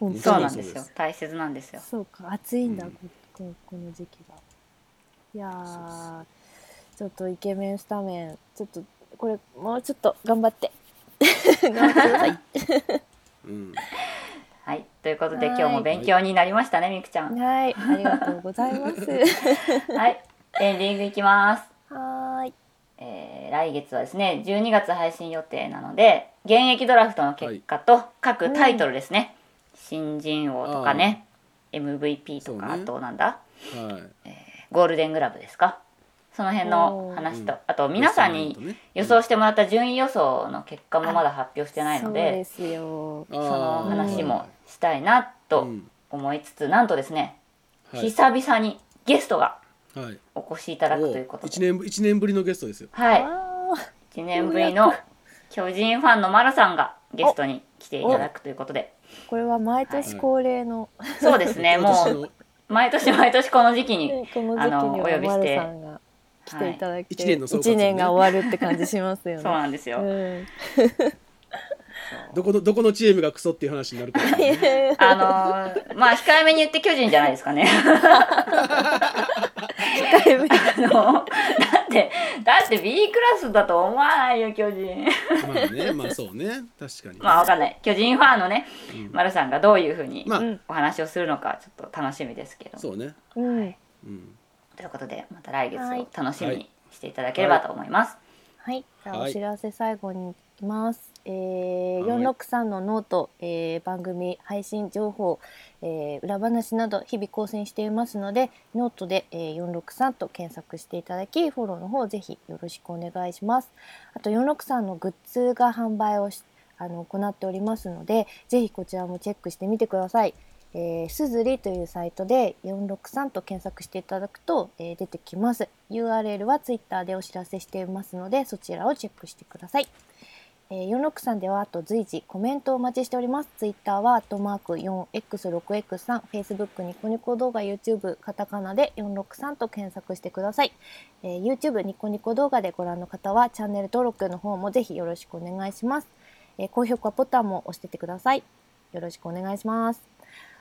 本
そうそう
当に
なんですよ大切なんですよ
そうか暑いんだ、
うん
こここの時期が。いやー
そうそ
ちょっとイケメンスタメンちょっとこれもうちょっと頑張って頑張ってください。
うん、
はいということで
は
今
い
日も勉強になりましたねみくちゃん
はいありがとうござい ます。
はいエンディングいきます
はーい
えー来月はですね12月配信予定なので現役ドラフトの結果と各タイトルですね、新人王とかね MVP とか、
そうね
あとなんだ
はい
ゴールデングラブですかその辺の話と、
おー
あと皆さん
ベス
に
トナインとね
予想してもらった順位予想の結果もまだ発表してないの
そうで
です
よ。
あー
その話もしたいな
う
と
ん
思いつつ、なんとですね、
はい
久々にゲストが
はい
お越しいただくというこ
お
と
一
で
年ぶ一年ぶりのゲストですよ
はい
わー
1年ぶりの巨人ファンのマラさんがゲストに来ていただくということで
これは毎年恒例の、
そうですねも
私
う
の
毎年毎年この時期に
ねこの時期に
あのお
は
呼び
マ
して
ルさんが来ていただいて、
一年の総括ね
一年が終わるって感じしますよ
そ
ね。
うなんですよ、
うん
どこのどこのチームがクソっていう話になるから、
いやいや
あのーまあ控えめに言って巨人じゃないですか ね
控えめ
あのーだってだって B クラスだと思わないよ巨人
まあ ねまあそうね確かに、
まあわかんない巨人ファンのね
うん
丸さんがどういうふうに
まあ、
うん
お話をするのかちょっと楽しみですけど、
そうね、
うん
うん、
ということでまた来月
はい
を楽しみにしていただければと思います、
はい、じゃあ
はい
お知らせ最後に行きます。えー、
はい
463のノート、えー、番組配信情報、えー、裏話など日々更新していますのでノートで、えー、463と検索していただきフォローの方ぜひよろしくお願いします。あと463のグッズが販売をしあの行っておりますのでぜひこちらもチェックしてみてください。えー、すずりというサイトで463と検索していただくと、えー出てきます URL は Twitter でお知らせしていますのでそちらをチェックしてください、えー、463ではあと随時コメントをお待ちしております Twitter はアットマーク 4x6x3 Facebook ニコニコ動画 YouTube カタカナで463と検索してください、えー、YouTube ニコニコ動画でご覧の方はチャンネル登録の方もぜひよろしくお願いします、えー、高評価ボタンも押しててくださいよろしくお願いします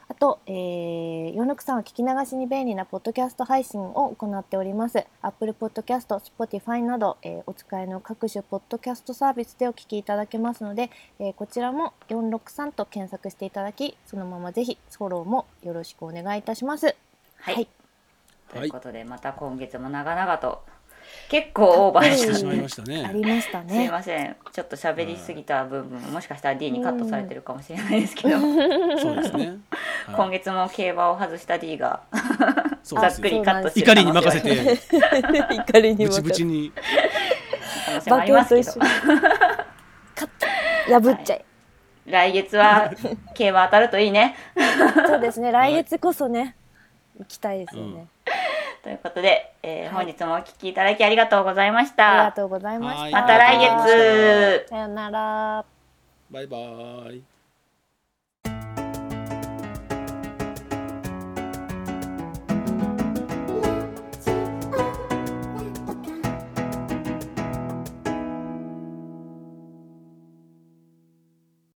あと、えー、ヨノクさんは聞き流しに便利なポッドキャスト配信を行っております。Apple Podcast、Spotify など、えーお使いの各種ポッドキャストサービスでお聞きいただけますので、えーこちらも463と検索していただき、そのままぜひフォローもよろしくお願いいたします。
はい、
はい
ということでまた今月も長々と結構オーバー
たっぷ
し
し
り
て
た
しまいましたね
ありました
すい
ね。
ませんちょっと喋りすぎた部分もしかしたら D にカットされてるかもしれないですけど、
そうですね、はい
今月も競馬を外した D が
そう
ざ
で
っ
す
く
よ
りカットしてる
怒りに任せ
可能性
て
怒りに
ブ
も
チブチに
可能性もあ
バ
り
ケ
ま
ン
す
と
け
一
ど
緒に。勝った破っちゃい。
来月は競馬当たるといいね
そうですね。来月こそね、行きたいですよ
う
ね
ん。
ということで、えー
はい
本日もお聞きいただきありがとうございまし
ありが
た
とうございまし
はい
た。
また来
ありがとうございました
月
さよなら。
バイバイ